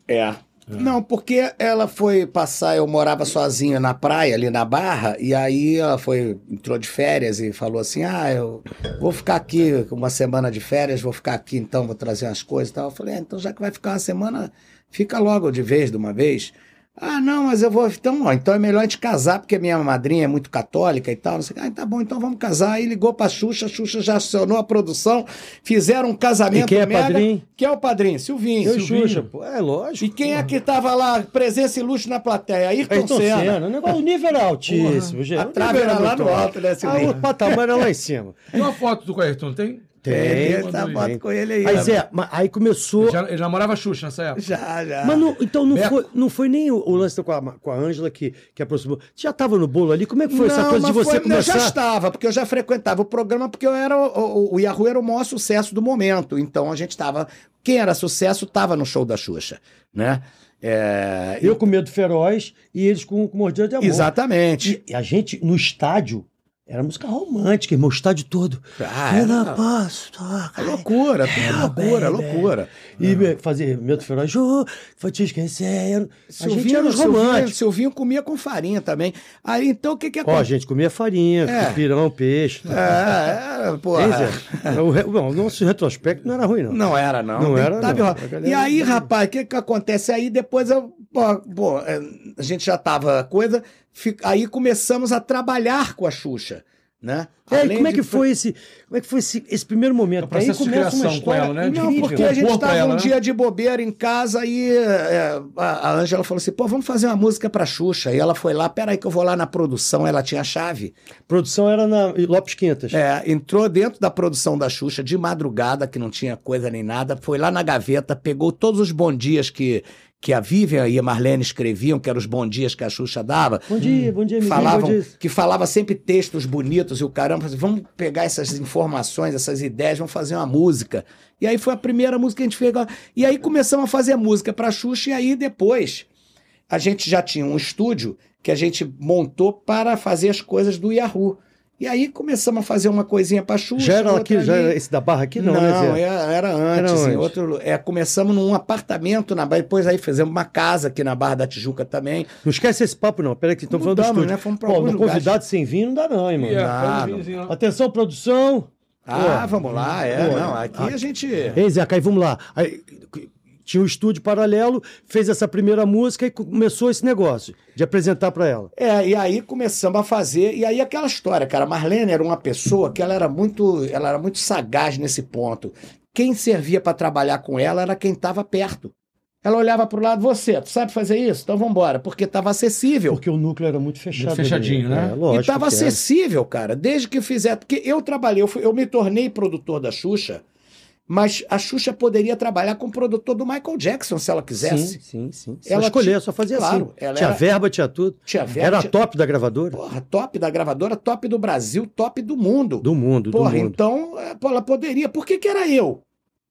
É. Não, porque ela foi passar, eu morava sozinho na praia, ali na Barra, e aí ela foi, entrou de férias e falou assim: Ah, eu vou ficar aqui uma semana de férias, vou ficar aqui então, vou trazer umas coisas e tal. Eu falei: "É, Então já que vai ficar uma semana, fica logo de vez, de uma vez. Ah, não, mas eu vou. Então, ó, então é melhor a gente casar, porque minha madrinha é muito católica e tal. Não sei, o quê. ah, tá bom, então vamos casar. Aí ligou pra Xuxa, a Xuxa já acionou a produção, fizeram um casamento.
E quem é
mega.
padrinho?
Quem é o padrinho? Silvinho.
Eu e
Silvinho.
Xuxa, pô, é
E
lógico.
quem é que tava lá, presença ilustre na plateia? Ayrton,
Ayrton
Senna.
Senna, né? o negócio, o nível era altíssimo, gente.
a
o nível é
trave era lá
muito
no alto, né, Silvinho?
Ah, o patamar era lá em
(laughs)
cima.
Tem uma foto do Ayrton, tem?
Tem,
Tem.
mandou
tá
aí.
foto com ele aí.
Aí
né?
Zé, mas aí começou...
Ele já- ele namorava a Xuxa nessa época.
Já, já.
Mas não- então não
Beco.
foi, não foi nem o, o lance com a Ma- com a Ângela que, que aproximou. Já estava no bolo ali? Como é que foi essa
Não,
coisa de
mas
você
foi- não,
começar?
Eu já estava, porque eu já frequentava o programa, porque eu era o, o, o Yahoo era o maior sucesso do momento. Então a gente estava. Quem era sucesso estava no show da Xuxa, né? É,
Eu com medo feroz e eles com, com mordida de amor.
Exatamente.
E, e a gente, no estádio, era música romântica, irmão, o estádio todo.
Ah,
Eu não
era-
posso tocar.
é loucura,
Era
loucura,
bem, bem.
loucura.
E me- fazer medo feroz, "Ju, vou te esquecer. a gente era um os
Silvinho,
românticos.
Silvinho comia com farinha também. Aí então o que que
Ó, a
acontece?
gente comia farinha,
É.
pirão, peixe.
É, era, porra.
Hein, Zé? O, re- bom, o nosso retrospecto não era ruim, não.
Não era, não.
Não
Tem-
era,
tá
não.
pior.
A galera-
E aí, rapaz, o que, que acontece? Aí depois eu. Pô, pô, é, a gente já tava coisa. fi- Aí começamos a trabalhar com a Xuxa, né?
É, e
Além
como é
de- um
que foi esse, como é que foi esse, esse primeiro momento?
É o processo
Aí
de
começa uma
criação com
história
ela, né?
incrível.
Não, porque a gente
Compor pra
tava
ela,
um
né?
dia de bobeira em casa e é, a a Ângela falou assim: pô, vamos fazer uma música pra Xuxa. E ela foi lá, peraí que eu vou lá na produção, ela tinha a chave.
Produção era na Lopes Quintas.
É, entrou dentro da produção da Xuxa de madrugada, que não tinha coisa nem nada, foi lá na gaveta, pegou todos os bom dias que, que a Vivian e a Marlene escreviam, que eram os bom dias que a Xuxa dava.
Bom dia, bom dia, amiguinho, bom
Falavam,
dia.
que falava sempre textos bonitos e o caramba, assim, vamos pegar essas informações, essas ideias, vamos fazer uma música. E aí foi a primeira música que a gente fez. E aí começamos a fazer música pra Xuxa, e aí depois a gente já tinha um estúdio que a gente montou para fazer as coisas do Yahoo. E aí começamos a fazer uma coisinha pra Xuxa.
Já era
outra
aqui, já
ali.
era esse da barra aqui, não,
não, é,
né, Zé?
era, era antes,
Era
em
antes.
outro, é, começamos num apartamento na Barra, depois aí fizemos uma casa aqui na Barra da Tijuca também.
Não esquece esse papo, não. é Peraí, que estamos falando do
Mudamos,
estúdio.
né? Fomos pra
Pô, no
alguns lugares.
convidado sem vinho não dá, não, hein, mano.
Nada.
Atenção, produção.
Ah,
Pô,
vamos lá, é.
pô,
não, aqui a gente.
Ei, Zeca, aí vamos lá. Aí, tinha um estúdio paralelo, fez essa primeira música e começou esse negócio de apresentar pra ela.
É, e aí começamos a fazer. E aí aquela história, cara. A Marlene era uma pessoa que ela era muito, ela era muito sagaz nesse ponto. Quem servia pra trabalhar com ela era quem estava perto. Ela olhava pro lado, você, tu sabe fazer isso? Então vambora, porque estava acessível.
Porque o núcleo era muito fechado.
Muito fechadinho,
ali.
né?
É, lógico.
e estava
que era.
acessível, cara, desde que fizer. Porque eu trabalhei, eu, fui- eu me tornei produtor da Xuxa, mas a Xuxa poderia trabalhar com o produtor do Michael Jackson, se ela quisesse.
Sim, sim, sim. Só
Ela
escolher,
tinha-
só fazia
claro,
assim.
ela
Tinha
era-
verba, tinha tudo.
Tinha verba,
Era
tinha-
top da gravadora?
Porra, top da gravadora, top do Brasil, top do mundo.
Do mundo,
Porra,
do mundo.
então é, pô, ela poderia. Por que, que era eu?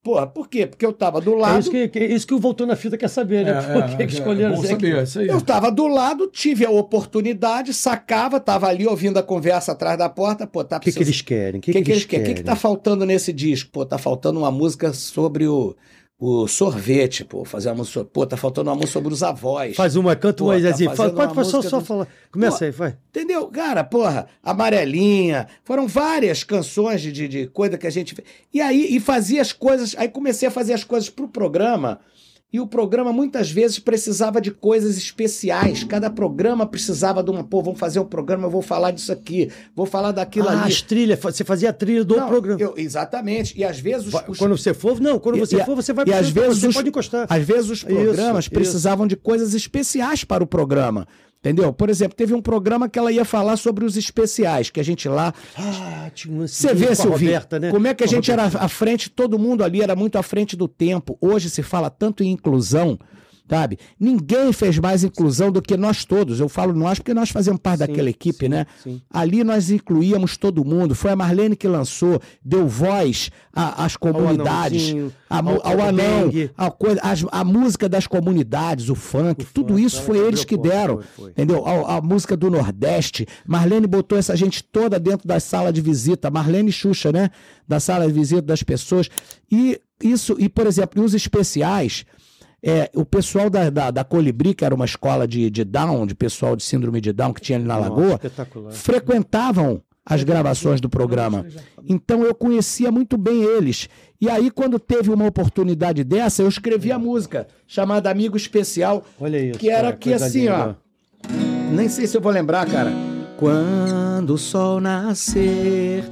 Porra, por quê? Porque eu tava do
É
lado.
isso que, que- isso que o Voltou na Fita quer saber, né? Por que, que escolheram
é, bom
Zé?
saber, é isso aí.
Eu tava do lado, tive a oportunidade, sacava, tava ali ouvindo a conversa atrás da porta. Pô, tá
O que, que
precisando-
eles querem? O
O
que, que, eles querem?
O que, que tá faltando nesse disco? Pô, tá faltando uma música sobre o, o sorvete, pô. Fazer uma música. Pô, tá faltando uma música sobre os avós.
Faz uma, canta
Pô,
uma,
tá
Zezinho. fala,
fazendo
pode,
uma
pode só,
música
só
do-
falar. Começa
Pô,
aí, vai.
Entendeu? Cara, porra, amarelinha. Foram várias canções de, de, de coisa que a gente fez. E aí, e fazia as coisas. Aí comecei a fazer as coisas pro programa. E o programa muitas vezes precisava de coisas especiais. Cada programa precisava de uma. Pô, vamos fazer um programa, eu vou falar disso aqui, vou falar daquilo
Ah,
ali.
as trilhas, fa- você fazia a trilha do
Não,
programa.
eu- exatamente. E às vezes os,
Vai-
os-
Quando você for, não, quando
E-
você
e a-
for, você vai
e às vezes
você
os-
pode encostar.
Às vezes os programas
Isso,
precisavam de coisas especiais para o programa. Entendeu? Por exemplo, teve um programa que ela ia falar sobre os especiais, que a gente lá.
Ah, tinha um lance
Você
com
vê,
a
Silvinho,
Roberta, né?
como é que a
Com
gente
Roberta.
era à frente, todo mundo ali era muito à frente do tempo. Hoje se fala tanto em inclusão, sabe? Ninguém fez mais inclusão do que nós todos. Eu falo nós porque nós fazemos parte
Sim,
daquela equipe,
sim,
né?
sim.
Ali nós incluíamos todo mundo. Foi a Marlene que lançou, deu voz a- às comunidades,
anãozinho,
a mu-
ao
ao, anão,
dengue.
a, coisa, as- a música das comunidades, o funk,
O
tudo
funk,
isso
ela
foi
abriu
eles que
porta,
deram.
foi, foi.
Entendeu? A, a música do Nordeste. Marlene botou essa gente toda dentro da sala de visita. Marlene e Xuxa, né? Da sala de visita das pessoas. E isso, e por exemplo, e os especiais. é, o pessoal da, da, da Colibri, que era uma escola de, de Down, de pessoal de síndrome de Down que tinha ali na
Nossa,
Lagoa,
Espetacular.
frequentavam as gravações do programa. Então eu conhecia muito bem eles. E aí, quando teve uma oportunidade dessa, eu escrevi a música chamada Amigo Especial,
É. Olha isso.
que era
cara,
aqui
coisa
assim,
linda.
ó. Nem sei se eu vou lembrar, cara. Quando o sol nascer,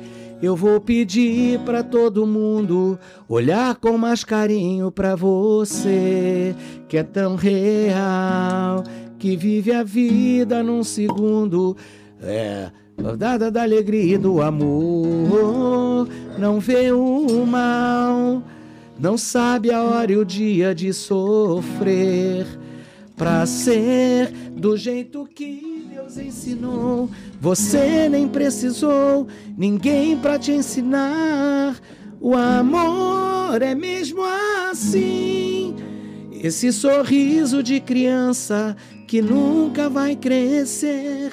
eu vou pedir pra todo mundo olhar com mais carinho pra você, que é tão real, que vive a vida num segundo. É. Dada da alegria e do amor, não vê o mal, não sabe a hora e o dia de sofrer pra ser do jeito que Deus ensinou. Você nem precisou ninguém pra te ensinar. O amor é mesmo assim. Esse sorriso de criança que nunca vai crescer.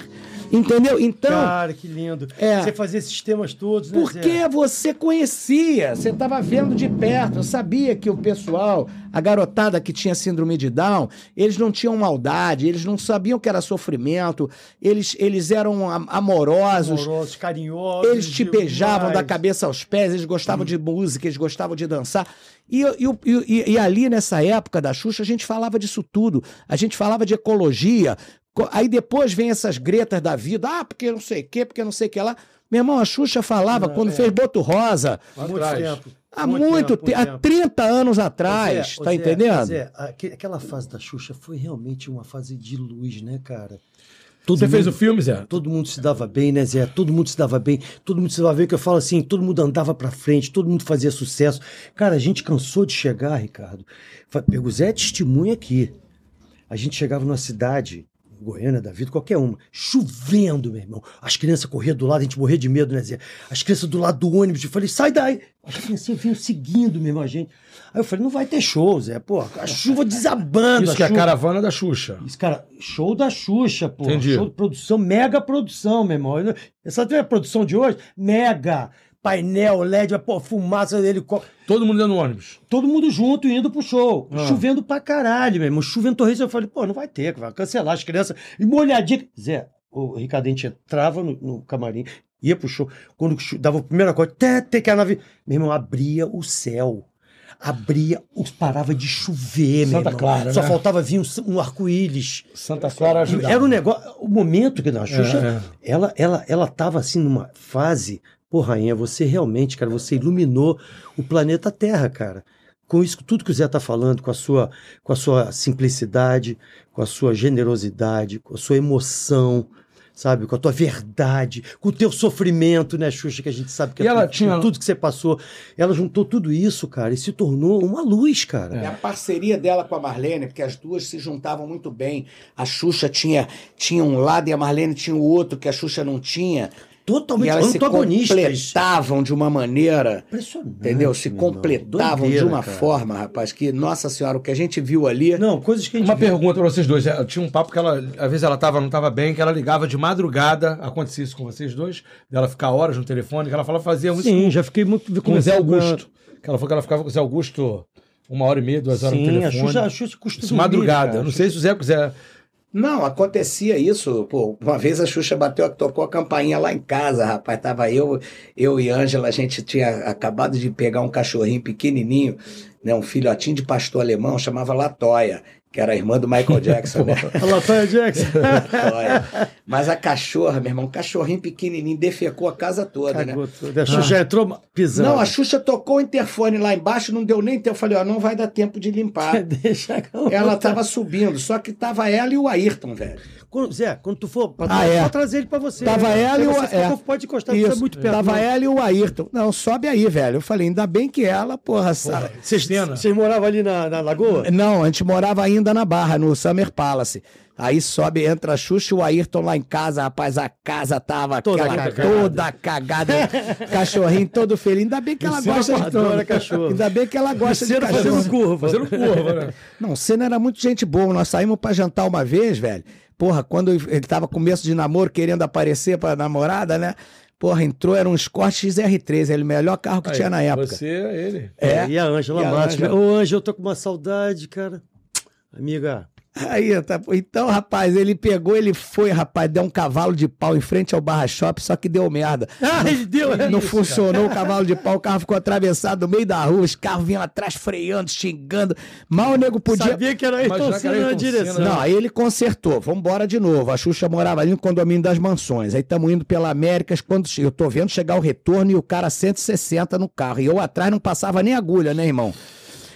Entendeu? Então,
Cara, que lindo.
É.
Você fazia esses temas todos, né? Zé?
porque você conhecia, você estava vendo de perto, eu sabia que o pessoal, a garotada que tinha síndrome de Down, eles não tinham maldade, eles não sabiam o que era sofrimento, eles, eles eram am- amorosos,
Amorosos, carinhosos.
eles te
demais.
beijavam da cabeça aos pés, eles gostavam de música, eles gostavam de dançar. E, eu- e o- e- e- e ali nessa época da Xuxa, a gente falava disso tudo. A gente falava de ecologia. Co- Aí depois vem essas gretas da vida. Ah, porque não sei o quê, porque não sei o que lá. Meu irmão, a Xuxa falava
Não,
quando
é.
fez Boto Rosa,
Há muito
Atrás.
tempo.
há muito tempo, há 30 anos atrás,
Ô, Zé, ô,
tá
Zé,
entendendo?
Zé, aque- aquela fase da Xuxa foi realmente uma fase de luz, né, cara?
Você fez o
mundo-
filme, Zé?
Todo mundo se dava bem, né, Zé? Todo mundo se dava bem. Todo mundo se dava bem, que eu falo assim, todo mundo andava pra frente, todo mundo fazia sucesso. Cara, a gente cansou de chegar, Ricardo. Fa- O Zé é testemunha aqui. A gente chegava numa cidade, Goiânia, da vida, qualquer uma, chovendo, meu irmão. As crianças corriam do lado, a gente morria de medo, né, Zé? As crianças do lado do ônibus, eu falei, sai daí! As crianças vinham seguindo, meu irmão, a gente. Aí eu falei, não vai ter show, Zé, pô. A chuva desabando.
Isso
a
que é a
chuva-
caravana da Xuxa.
isso, cara, show da Xuxa, pô.
Entendi.
Show de produção, mega produção, meu irmão. Eu não- Essa é a produção de hoje, mega. Painel, LED, pô, fumaça dele.
Todo mundo dentro do ônibus.
Todo mundo junto indo pro show.
Ah.
Chovendo pra caralho, meu irmão. Chovendo torrente. Eu falei, pô, não vai ter, vai cancelar as crianças. E molhadinha. Zé, o Ricardo, a gente entrava no, no camarim, ia pro show. Quando chu- dava o primeiro acorde, até ter que a nave. Meu irmão, abria o céu. Abria, os- parava de chover, meu
Santa
irmão.
Clara,
Só
né?
faltava vir um, um arco-íris.
Santa Clara
Era um negócio. O momento que a Xuxa,
É,
ela, ela, ela tava assim numa fase. Pô, Rainha, você realmente, cara, você iluminou o planeta Terra, cara. Com isso, tudo que o Zé tá falando, com a sua, com a sua simplicidade, com a sua generosidade, com a sua emoção, sabe? Com a tua verdade, com o teu sofrimento, né, Xuxa, que a gente sabe que
E ela
tudo,
tinha-
tudo que você passou. Ela juntou tudo isso, cara, e se tornou uma luz, cara.
É a parceria dela com a Marlene, porque as duas se juntavam muito bem. A Xuxa tinha, tinha um lado e a Marlene tinha o outro que a Xuxa não tinha.
Totalmente
e elas se
antagonistas.
completavam de uma maneira,
Impressionante.
entendeu? Se
meu irmão.
completavam de
Doideira,
uma
cara.
forma, rapaz, que, nossa senhora, o que a gente viu ali.
Não, coisas que a gente.
Uma
vê.
pergunta pra vocês dois. Eu tinha um papo que ela, às vezes ela tava, não tava bem, que ela ligava de madrugada, acontecia isso com vocês dois, dela ficar horas no telefone, que ela falava, fazia isso
Sim, já fiquei muito.
com o Zé
comecei a-
Augusto. Que ela falou que ela ficava com o Zé Augusto uma hora e meia, duas horas no
Sim, a
telefone.
Xuxa, a Xuxa costuma.
Isso madrugada. Eu não sei se o Zé quiser.
Não, acontecia isso. Pô, uma vez a Xuxa bateu, tocou a campainha lá em casa, rapaz. Tava eu, eu e Ângela, a gente tinha acabado de pegar um cachorrinho pequenininho, né, um filhotinho de pastor alemão, chamava Latoya, que era a irmã do
(laughs)
Michael Jackson, né?
Ela foi a
(laughs)
Jackson.
Latoya. Mas a cachorra, meu irmão, um cachorrinho pequenininho, defecou a casa toda,
(laughs)
né?
Cagou tudo. A Xuxa já entrou pisando.
Não, a Xuxa tocou o interfone lá embaixo, não deu nem tempo. Eu falei, ó, não vai dar tempo de (laughs)
(laughs)
limpar.
Deixa com-
Ela tava subindo, só que tava ela e o Ayrton, velho.
Quando- Zé, quando tu for, pra
Ah, é.
só trazer ele pra você.
Tava
Aí
ela e o-
você fica-
é.
pode encostar, você é muito perto.
Tava
Não.
ela e o Ayrton. Não, sobe aí, velho. Eu falei, ainda bem que ela, porra, sabe.
Vocês,
Cena.
vocês moravam ali na, na lagoa?
Não, a gente morava ainda na Barra, no Summer Palace. Aí sobe, entra a Xuxa e o Ayrton lá em casa, rapaz, a casa tava
Toda
aquela-
cagada.
toda (laughs) cagada. Cachorrinho todo feliz. Ainda bem que ela
Luciano
gosta de
adora cachorro.
Ainda bem que ela gosta de
Luciano
cachorro.
fazendo curva. (laughs)
Fazendo curva, né?
Não, o Senna era muito gente boa. Nós saímos pra jantar uma vez, velho. Porra, quando ele tava começo de namoro, querendo aparecer pra namorada, né? Porra, entrou, era um Escort XR3, era o melhor carro que
Aí,
tinha na época.
Você, ele.
É.
E a Ângela
E a
Matos.
Ângela.
Ô, Ângela, eu tô com uma saudade, cara. Amiga.
Aí, tá- então, rapaz, ele pegou, ele foi, rapaz, deu um cavalo de pau em frente ao Barra Shop, só que deu merda.
Ah, ele deu.
Não funcionou o cavalo de pau, o carro ficou atravessado no meio da rua, os carros vinham atrás freando, xingando. Mal o nego podia.
Sabia que era Ayrton
Imaginar que era
Senna na
Ayrton
direção.
Senna.
Não, aí ele consertou. Vambora de novo. A Xuxa morava ali no condomínio das mansões. Aí estamos indo pela Américas. Quando che- eu tô vendo chegar o retorno e o cara 160 no carro. E eu atrás não passava nem agulha, né, irmão?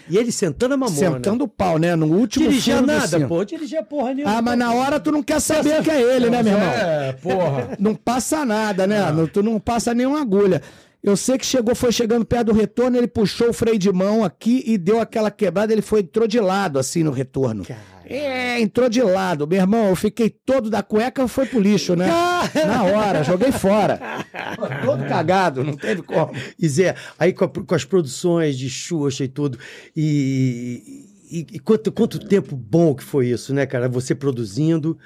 E ele sentando a mamona.
Sentando o pau, né? No último
Dirigia
furo do
nada,
cinto.
pô. Dirigia porra nenhuma.
Ah, mas na hora tu não quer saber que é ele, né, meu irmão?
É, porra.
Não passa nada, né? Não- tu não passa nenhuma agulha. Eu sei que chegou, foi chegando perto do retorno, ele puxou o freio de mão aqui e deu aquela quebrada, ele foi, entrou de lado, assim, no retorno. É, entrou de lado. Meu irmão, eu fiquei todo da cueca, foi pro lixo, (laughs) né? Na hora, joguei (laughs) fora. todo cagado, não teve como.
E Zé, aí com, a- com as produções de Xuxa e tudo, e, e, e quanto, quanto tempo bom que foi isso, né, cara? Você produzindo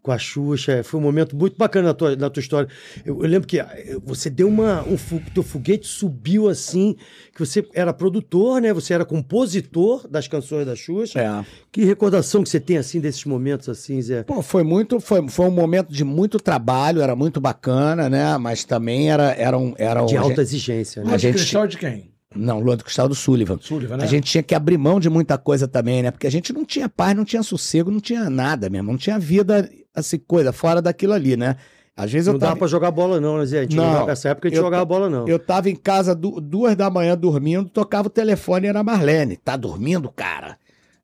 com a Xuxa, foi um momento muito bacana na tua, na tua história. Eu, eu lembro que ah, eu- você deu uma. O um, teu foguete subiu assim, que você era produtor, né? Você era compositor das canções da Xuxa.
É.
Que recordação que você tem, assim, desses momentos, assim, Zé?
Pô, foi muito, foi, foi um momento de muito trabalho, era muito bacana, né? Mas também era, era um, era um
De
a
alta
gente-
exigência, né?
Lua de
gente-
Cristal é de quem?
não, Lua do Cristal do Sullivan.
Sullivan, né?
A gente tinha que abrir mão de muita coisa também, né? Porque a gente não tinha paz, não tinha sossego, não tinha nada mesmo, não tinha vida, assim, coisa fora daquilo ali, né? Às vezes
Não
eu
dava
tava
pra jogar bola, não, né, Zé? A gente não
Não.
jogava- Nessa época a gente
Eu-
jogava bola, não.
Eu tava em casa du- duas da manhã dormindo, tocava o telefone e era a Marlene. Tá dormindo, cara?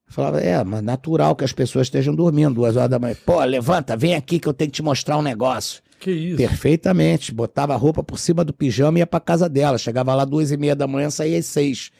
Eu falava, é, mas natural que as pessoas estejam dormindo duas horas da manhã. Pô, levanta, vem aqui que eu tenho que te mostrar um negócio.
Que isso?
Perfeitamente. Botava a roupa por cima do pijama e ia pra casa dela. Chegava lá duas e meia da manhã, saía às seis.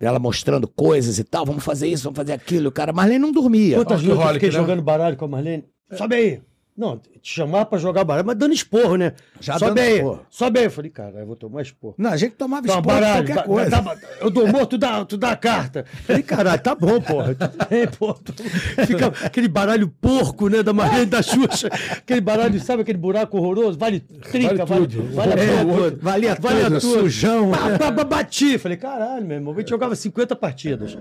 Ela mostrando coisas e tal, vamos fazer isso, vamos fazer aquilo. O cara, Marlene não dormia.
Quantas
Rock
vezes eu
Holic,
fiquei
né?
jogando baralho com a Marlene?
É.
Sobe aí. Não, te chamar pra jogar baralho, mas dando esporro, né?
Já
sobe
dando
aí.
esporro.
Sobe aí. Eu falei, cara, eu vou tomar esporro.
Não, a gente tomava
Não,
esporte
baralho,
qualquer
ba-
coisa.
dá- eu dou morto, tu dá, tu dá a
(laughs)
carta. Eu Falei, caralho, tá- tá bom,
É,
porra. Tudo bem, porra. Tudo- Fica aquele baralho porco, né, da Marlene da Xuxa. Aquele baralho, sabe aquele buraco horroroso? Vale trinca, vale,
tudo.
vale, a
É,
porra
o outro-
toda.
valia tudo, sujão,
Pá,
né?
pá, pá, bati. Falei, caralho, meu irmão, a gente jogava 50 partidas.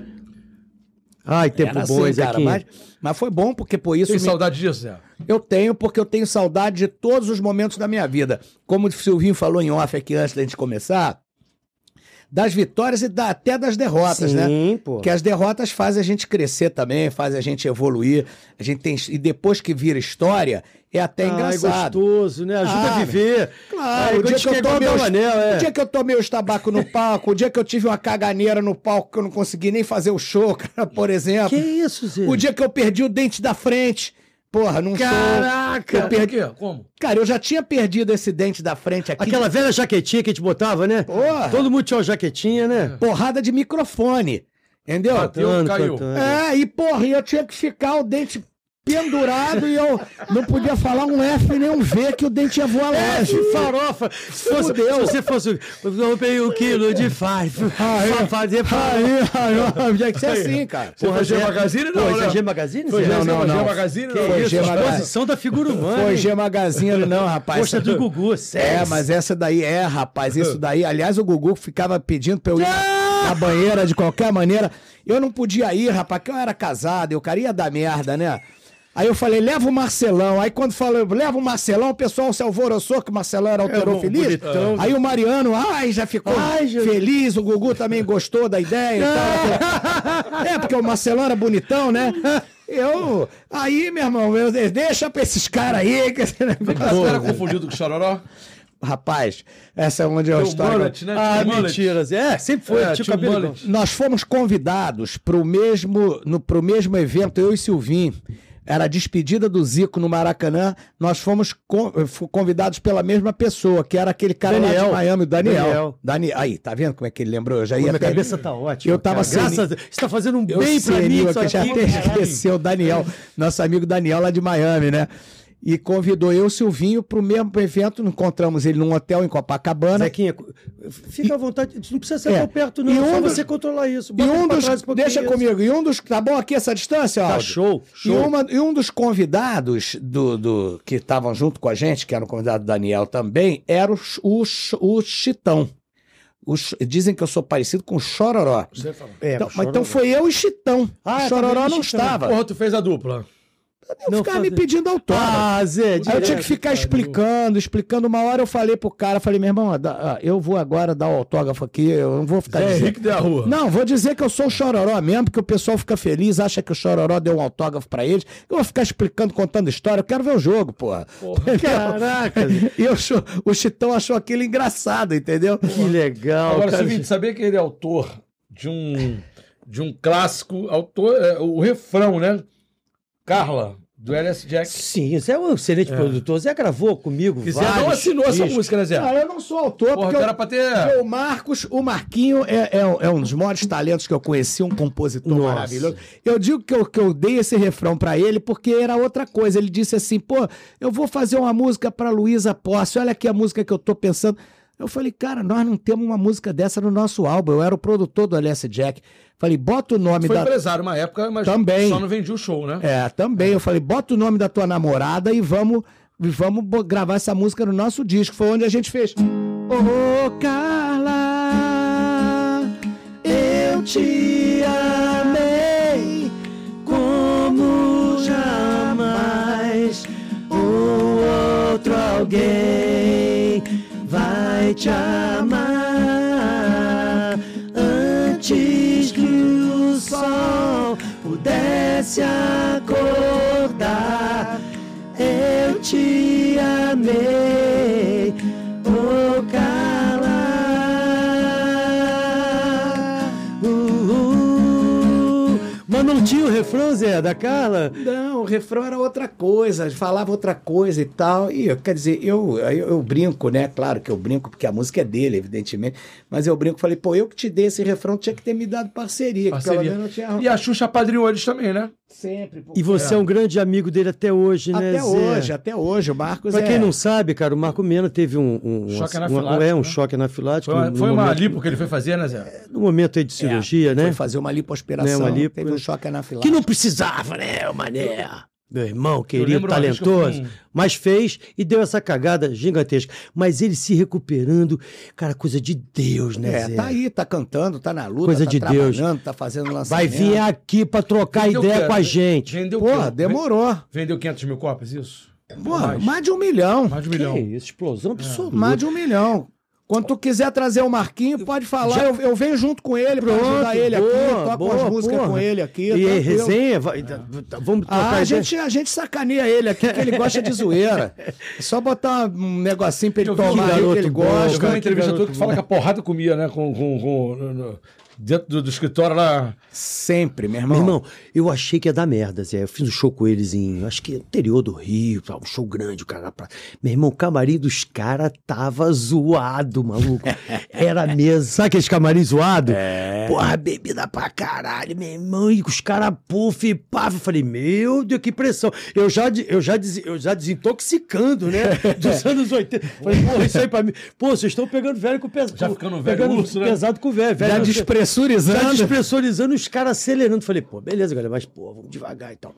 Ai, tempo
Era
bom,
assim,
hein,
cara,
Zequinha?
mas, mas foi bom porque por isso
Tem
me-
saudade disso, Zé?
Eu tenho, porque eu tenho saudade de todos os momentos da minha vida. Como o Silvinho falou em off aqui antes da gente começar, das vitórias e da- até das derrotas, né?
Sim, pô.
Porque as derrotas fazem a gente crescer também, fazem a gente evoluir. A gente tem, e depois que vira história, é até
Ai,
engraçado.
Ah, gostoso, né? Ajuda
Ah,
a viver. é
Claro,
Ai,
o dia, que eu
esquentar
tomei
o
os,
meu anel, é.
o dia que eu tomei os tabaco no palco, o dia que eu tive uma caganeira no palco que eu não consegui nem fazer o show, (laughs) cara, por exemplo.
Que isso, Zé?
O dia que eu perdi o dente da frente. Porra, num show.
Por
Caraca!
perdi. Como?
Cara, eu já tinha perdido esse dente da frente aqui.
Aquela velha jaquetinha que a gente botava, né?
Porra.
Todo mundo tinha uma jaquetinha, né?
Porrada de microfone. Entendeu?
Bateu, É. caiu.
É, e porra, e eu tinha que ficar o dente pendurado e eu não podia falar um F nem um V que o dente ia voar longe.
F, farofa. Se, fosse, se você fosse. Eu rompei um quilo de
(laughs)
farofa. Fa- Fazer farofa.
Onde é que você é assim, cara?
Você foi G
Zé-
Magazine? Não,
Pô, isso
né?
é G Magazine?
Foi
Zé?
G-
Não, não, não.
G Magazine?
Que
não. é
Foi
isso,
G Magazine.
exposição da figura humana.
Foi
hein?
G Magazine, não, rapaz.
Poxa do Gugu, sério.
É, mas essa daí é, rapaz, isso daí. Aliás, o Gugu ficava pedindo pra eu ir
Ah!
na, na banheira de qualquer maneira. Eu não podia ir, rapaz, porque eu era casado, eu queria dar merda, né? Aí eu falei, leva o Marcelão. Aí quando falou, leva o Marcelão, o pessoal se alvoroçou que o Marcelão era
É, bom,
alterofeliz.
bonitão. né?
Aí o Mariano, ai, já ficou
Ai, Jesus.
feliz. O Gugu também gostou da ideia e tal. É, porque o Marcelão era bonitão, né? Eu. Aí, meu irmão, eu, deixa pra esses caras aí. Que esse
Vem cá, Você era
negócio...
confundido com o Chororó?
Rapaz, essa é onde eu
Tio
estava.
Mullet, né?
Ah,
Tio Mullet.
mentira, Zé. É, sempre foi.
É,
tinha o
tinha o
cabelo.
mullet.
Nós fomos convidados pro mesmo, no, pro mesmo evento, eu e Silvinho. Era a despedida do Zico no Maracanã. Nós fomos con- fu- convidados pela mesma pessoa, que era aquele cara lá
Daniel.
de Miami, o Daniel.
Daniel.
Dani- Aí, tá vendo como é que ele lembrou? Eu já ia
Minha
até-
cabeça tá ótima.
Eu tava
cara.
sem-
Graças a Deus. Você tá fazendo um
Eu
bem pra
sei,
mim.
Nil,
isso
que eu já
aqui,
até
cara.
(laughs) esqueci o Daniel, nosso amigo Daniel lá de Miami, né? E convidou eu e o Silvinho pro mesmo evento. Encontramos ele num hotel em Copacabana.
Zequinha, fica à vontade. Não precisa ser
É.
tão perto, não.
E
é só
um dos-
você controlar isso.
E
Bota
um
pra
dos.
trás um pouquinho
deixa
isso.
comigo. E um dos. Tá bom aqui essa distância,
Tá
Aldo?
show,
E,
show.
uma- e um dos convidados do, do que estavam junto com a gente, que era o convidado do Daniel também, era o, Ch- o, Ch- o Chitão. O Ch- dizem que eu sou parecido com o Chororó.
Você falou.
É,
Então,
o
mas
Chororó.
então foi eu e Chitão.
Ah,
o Chororó
também
não
Chitão.
estava.
Porra, tu fez a dupla.
eu
não
ficava me
fazia-
pedindo autógrafo.
Ah, Zé,
Aí eu tinha que
direto.
ficar explicando, explicando. Uma hora eu falei pro cara, falei, meu irmão, dá- ah, eu vou agora dar o autógrafo aqui, eu não vou ficar
Zé
Tá dizendo.
É Henrique da Rua.
Não, vou dizer que eu sou o Chororó mesmo, porque o pessoal fica feliz, acha que o Chororó deu um autógrafo pra eles. Eu vou ficar explicando, contando história, eu quero ver o jogo, porra.
Porra.
Entendeu? (laughs)
Caraca, Zé.
E eu cho- o Chitão achou aquilo engraçado, entendeu?
que legal.
Agora,
assim-
cara.
Silvinho, sabia que ele é autor de um, de um clássico, autor, é, o refrão, né? Carla, do LS Jack.
Sim, o Zé é um excelente produtor. O Zé gravou comigo.
é
Que Zé
vários
não assinou essa
discos.
música, né, Zé?
Cara, eu não sou autor,
Porra,
porque
tu
eu-
era pra ter...
Porque O Marcos, o Marquinho é, é um- é um dos maiores talentos que eu conheci, um compositor
Nossa.
maravilhoso. Eu digo que eu, que eu dei esse refrão pra ele porque era outra coisa. Ele disse assim: pô, eu vou fazer uma música pra Luísa Posse, olha aqui a música que eu tô pensando. Eu Eu falei, cara, nós não temos uma música dessa no nosso álbum. Eu era o produtor do Alessia Jack. Falei, bota o nome
Foi
da.
empresário uma época, mas
Também.
só não vendia o show, né?
É, também. Eu falei, bota o nome da tua namorada e vamos, e vamos bo- gravar essa música no nosso disco. Foi onde a gente fez. Ô, Carla, eu te amei como jamais um outro alguém vai te amar antes que o sol pudesse acordar. Eu te amei, oh Carla. Uhul.
Mas não tinha o refrão, Zé, da Carla?
Não, o refrão era outra coisa, falava outra coisa e tal. E quer dizer, eu, eu, eu brinco, né? Claro que eu brinco, porque a música é dele, evidentemente. Mas eu brinco, falei, pô, eu que te dei esse refrão, tinha que ter me dado parceria. Que pelo
Parceria.
menos eu tinha
E a Xuxa padrinhou eles também, né?
sempre. pô.
E você é. um grande amigo dele até hoje, né,
Até
Zé?
hoje, até hoje. O Marcos
Pra
é...
quem não sabe, cara, o Marco Mena teve um, um-
Choque
uma-
anafilático,
é um
né?
choque anafilático.
Foi, uma-
Tipo, no
foi uma
momento-
lipo que ele foi fazer, né, Zé?
No momento aí de cirurgia,
é,
né?
Foi fazer uma lipoaspiração,
Né, uma lipo-
teve um choque anafilático.
Que não precisava, né, o Mané? Meu irmão, querido,
lembro uma vez que eu
talentoso,
fui em-
mas fez e deu essa cagada gigantesca. Mas ele se recuperando, cara, coisa de Deus, né,
É,
Zé?
tá aí, tá cantando, tá na luta,
Coisa
tá
de Deus.
trabalhando, tá fazendo
Vai
lançamento.
vir aqui pra trocar
Vendeu
ideia
quê?
com a gente.
Vendeu
Porra,
quê?
demorou.
Vendeu 500 mil cópias, isso?
Porra,
Mais.
mais. de um milhão.
Mais de um
Que
milhão.
isso, explosão absoluta.
Mais de um milhão. Quando tu quiser trazer o Marquinho, pode falar. Eu, eu venho junto com ele pra
Pronto,
ajudar ele aqui.
boa,
Toco
boa,
umas músicas
porra.
com ele aqui.
E aí,
tranquilo. É.
resenha, vai- tá- vamos trocar
Ah, a
ideia.
gente, a gente sacaneia ele aqui, que ele gosta
(laughs)
de zoeira. É só botar um negocinho pra ele
Eu vi um
tomar aí, que
garoto
ele
bom,
Eu vi
gosta.
uma
que
entrevista
garoto
tua que fala que a porrada comia, né? Com, com, com- no- no- dentro do, do escritório lá.
Sempre,
Meu
meu irmão.
irmão, eu achei que ia dar merda, Zé. Eu fiz um show com eles em, acho que interior do Rio, tal, um show grande, o cara. Pra... Meu irmão, o camarim dos caras tava
(laughs)
zoado, maluco. Era mesmo. Sabe aqueles camarim zoado? É. Porra, bebida pra caralho, meu irmão. E os caras, puff, e paf. Eu falei, meu Deus, que pressão. Eu já, de- eu já, des- eu já
(laughs)
desintoxicando, né? Dos anos 80. Falei, porra, isso aí pra mim. Pô, vocês estão pegando velho com pesado.
Já ficando velho
Pegando
urso, né?
pesado com velho. velho
Já
não- já
despressurizando.
Tá despressurizando, os caras acelerando. Falei, pô, beleza, galera, mas, pô, vamos devagar e tal.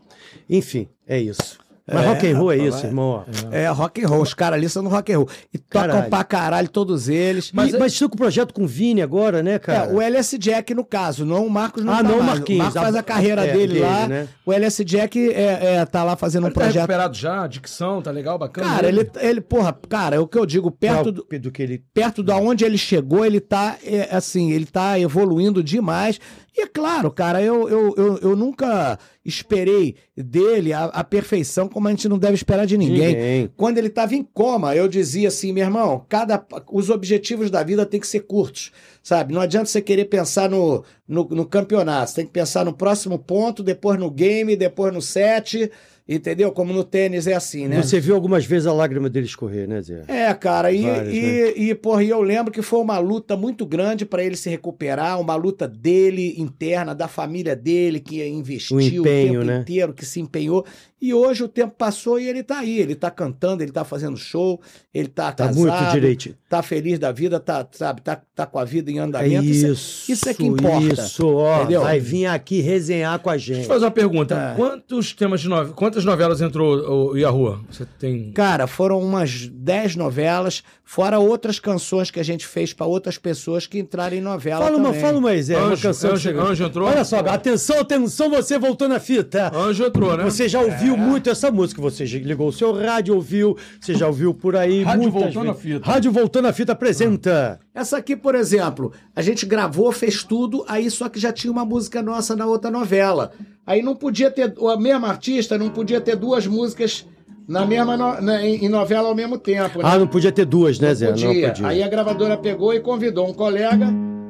Enfim, é isso. Mas
É,
rock and roll é
rapaz,
isso,
é.
irmão. ó.
É, rock and roll. Os caras ali são do rock and roll. E tocam
Caralho.
pra caralho todos eles.
Mas, mas estou com o projeto com o Vini agora, né, cara?
É, o LS Jack, no caso, não o Marcos não
Ah,
tá
não o
mais.
Marquinhos.
O Marcos faz
A-
a carreira
é,
dele,
dele,
lá.
né?
O LS Jack é, é, tá lá fazendo um
Ele tá
projeto.
recuperado já, a dicção, tá legal, bacana.
Cara, ele, ele, porra, cara, é o que eu digo, perto do,
do... do que ele.
perto da onde ele chegou, ele tá, é, assim, ele tá evoluindo demais. E é claro, cara, eu, eu, eu, eu nunca esperei dele a, a perfeição como a gente não deve esperar de ninguém.
Ninguém.
Quando ele estava em coma, eu dizia assim, meu irmão, cada, os objetivos da vida têm que ser curtos, sabe? Não adianta você querer pensar no, no, no campeonato, você tem que pensar no próximo ponto, depois no game, depois no set, entendeu? Como no tênis é assim, né?
Você viu algumas vezes a lágrima dele escorrer, né, Zé?
É, cara, e,
Várias, né?
e, e, porra, e eu lembro que foi uma luta muito grande para ele se recuperar, uma luta dele, interna, da família dele, que investiu
O empenho,
tempo
né?
inteiro, que se empenhou. E hoje o tempo passou e ele tá aí, ele tá cantando, ele tá fazendo show, ele tá,
Tá
casado,
muito direito.
tá feliz da vida, tá, sabe, tá, tá com a vida em
É
andamento. Isso é-
isso.
isso é que importa,
Isso, ó.
entendeu?
Vai vir aqui resenhar com a gente.
Deixa eu fazer uma pergunta.
Ah.
Quantos temas de novelas. Quantas novelas entrou o, e a rua? Você tem.
Cara, foram umas 10 novelas, fora outras canções que a gente fez para outras pessoas que entraram em novela
Fala uma,
também.
fala uma aí, Zé. uma
Anjo,
canção que
Anjo-
chegou.
Anjo entrou?
Olha só, atenção, atenção, você voltou na fita.
Anjo entrou, né?
Você já ouviu muito essa música, você já ligou o seu rádio, ouviu, você já ouviu por aí.
Rádio
muitas
Voltando
vezes.
à Fita.
Rádio Voltando à Fita apresenta.
Essa aqui, por exemplo, a gente gravou, fez tudo, aí só que já tinha uma música nossa na outra novela. Aí não podia ter, a mesma artista não podia ter duas músicas na mesma no- na- em em novela ao mesmo
Hum.
tempo, né?
Ah, não podia ter duas, né, Zé?
podia.
Não podia.
Aí a gravadora pegou e convidou um colega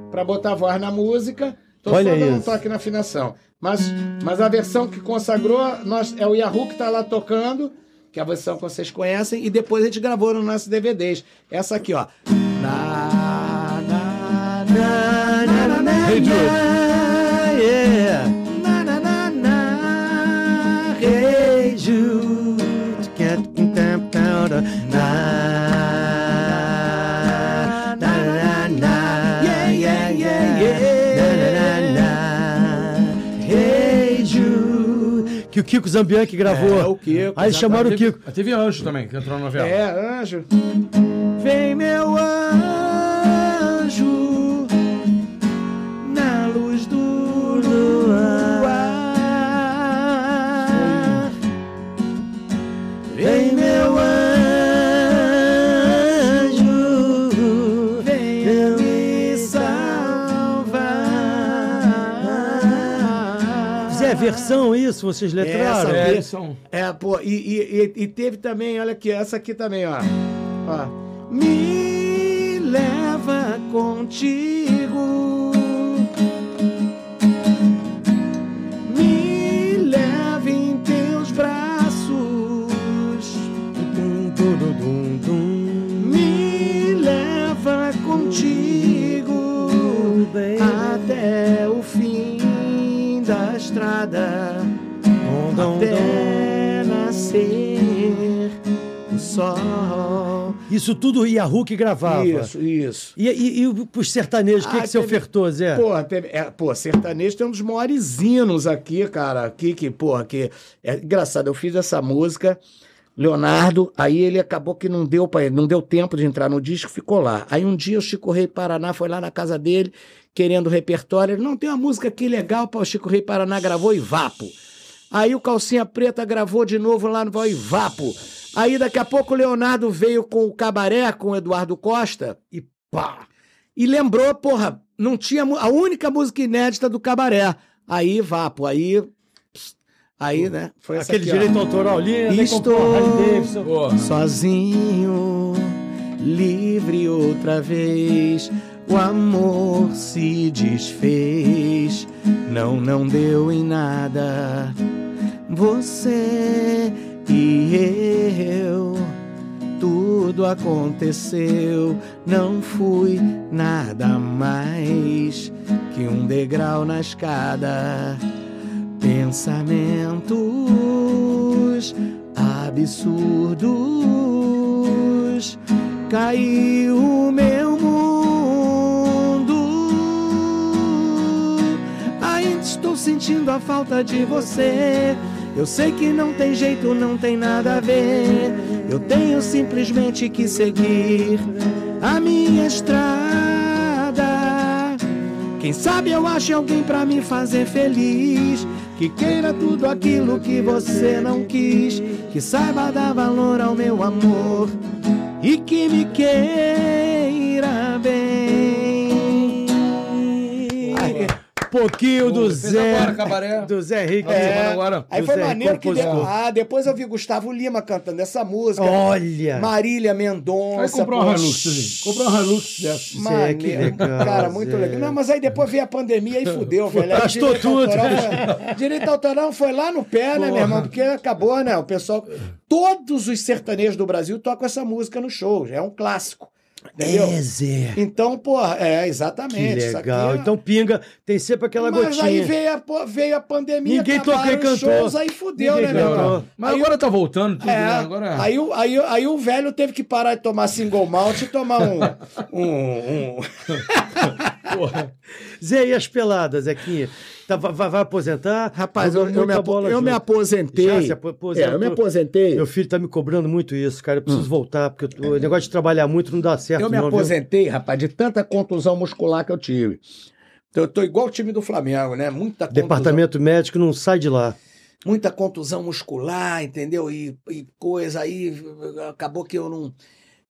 pra botar voz na música. Tô
Olha
só dando um
isso.
toque na afinação. Mas, mas a versão que consagrou nós, é o Yahoo que tá lá tocando, que é a versão que vocês conhecem, e depois a gente gravou nos nossos DVDs. Essa aqui, ó. Na, na, na, na, na, na,
Hey, Jude.
na, yeah. Na, na, na, na, hey, Jude.
Na, Kiko Zambian que gravou.
É, o Kiko,
Aí eles chamaram o
Teve-
Kiko.
Teve Anjo também, que entrou na novela.
É, anjo. Vem, meu anjo, na luz do luar. Vem, meu anjo, vem me salvar.
Zé, É versão isso, vocês
É,
letraram?
Essa vez-
eles são-
é, pô, e, e- e- e teve também, olha aqui, essa aqui também, ó. Ó. Me leva contigo. Me leva em teus braços. Me leva contigo até o fim da estrada até nascer o sol.
Isso tudo Yahoo que gravava.
Isso, isso.
E, e, e o- pros sertanejos, o que,
Ah,
que você
teve-
ofertou, Zé?
Porra, teve- é, pô, sertanejo tem um dos maiores hinos aqui, cara. Aqui que, porra, que. É engraçado, eu fiz essa música, Leonardo, aí ele acabou que não deu para não deu tempo de entrar no disco, ficou lá. Aí um dia o Chico Rei Paraná foi lá na casa dele, querendo o repertório. Ele, não, tem uma música aqui legal, pô. O Chico Rei Paraná gravou e vapo. Aí o Calcinha Preta gravou de novo lá no Ivapo. Aí daqui a pouco o Leonardo veio com o Cabaré, com o Eduardo Costa. E pá! E lembrou, porra, não tinha mu- a única música inédita do Cabaré. Aí Vapo, aí... pss, Aí, né? Foi essa
Aquele
aqui, ó.
direito autoral ali, né,
Estou-
comprou a Harley Davidson.
Porra.
Sozinho, livre outra vez, o amor se desfez. Não, não deu em nada. Você e eu, tudo aconteceu. Não fui nada mais que um degrau na escada. Pensamentos absurdos. Caiu o meu mundo. Ainda estou sentindo a falta de você. Eu sei que não tem jeito, não tem nada a ver. Eu tenho simplesmente que seguir a minha estrada. Quem sabe eu ache alguém pra me fazer feliz. Que queira tudo aquilo que você não quis. Que saiba dar valor ao meu amor. E que me queira bem.
Pouquinho do
Fez
Zé.
agora,
(laughs)
cabaré.
Do Zé Henrique.
É.
Agora,
Aí
do
foi
Zé
maneiro que deu.
compositor.
Ah, depois eu vi Gustavo Lima cantando essa música.
Olha!
Marília
Aí
Mendonça.
comprou um
pô.
Hilux, gente. Comprou um Hilux dessa.
Zé, que
Maneiro.
legal,
Cara, muito
Zé.
legal. Não, mas aí depois veio a pandemia e fudeu, velho. Aí
Gastou
direito
tudo.
autoral foi- direito autoral foi lá no pé, né, meu
Porra.
irmão? Porque acabou, né? O pessoal. Todos os sertanejos do Brasil tocam essa música no show. É um clássico. Entendeu?
É, Zé.
Então, porra, é,
Que
exatamente. isso aqui
legal.
é-
Então pinga, tem sempre aquela
mas
gotinha.
aí veio a, pô, veio a pandemia,
Ninguém tocou
acabaram
e
os
cantou.
shows, aí fudeu,
Ninguém
né, meu
cantou.
irmão?
Mas
Aí
agora tá voltando tudo,
é,
né? Agora...
aí, o- aí, o- aí o velho teve que parar de tomar single malt e tomar um. um, um...
Porra.
Zé, e as peladas, Zequinha? Tá, vai, vai- vai aposentar?
Rapaz, eu,
Jogou
eu me,
muita
apo-
bola
eu me
junto.
aposentei.
Já se apo- aposentou?
É, eu me aposentei.
Meu filho tá me cobrando muito isso, cara. Eu preciso voltar, porque eu tô- o negócio de trabalhar muito não dá certo.
Hum. Eu me
não, viu?
aposentei, rapaz, de tanta contusão muscular que eu tive. Então, eu tô igual o time do Flamengo, né? Muita contusão,
Departamento médico não sai de lá.
muita contusão muscular, entendeu? E, e coisa aí, acabou que eu não.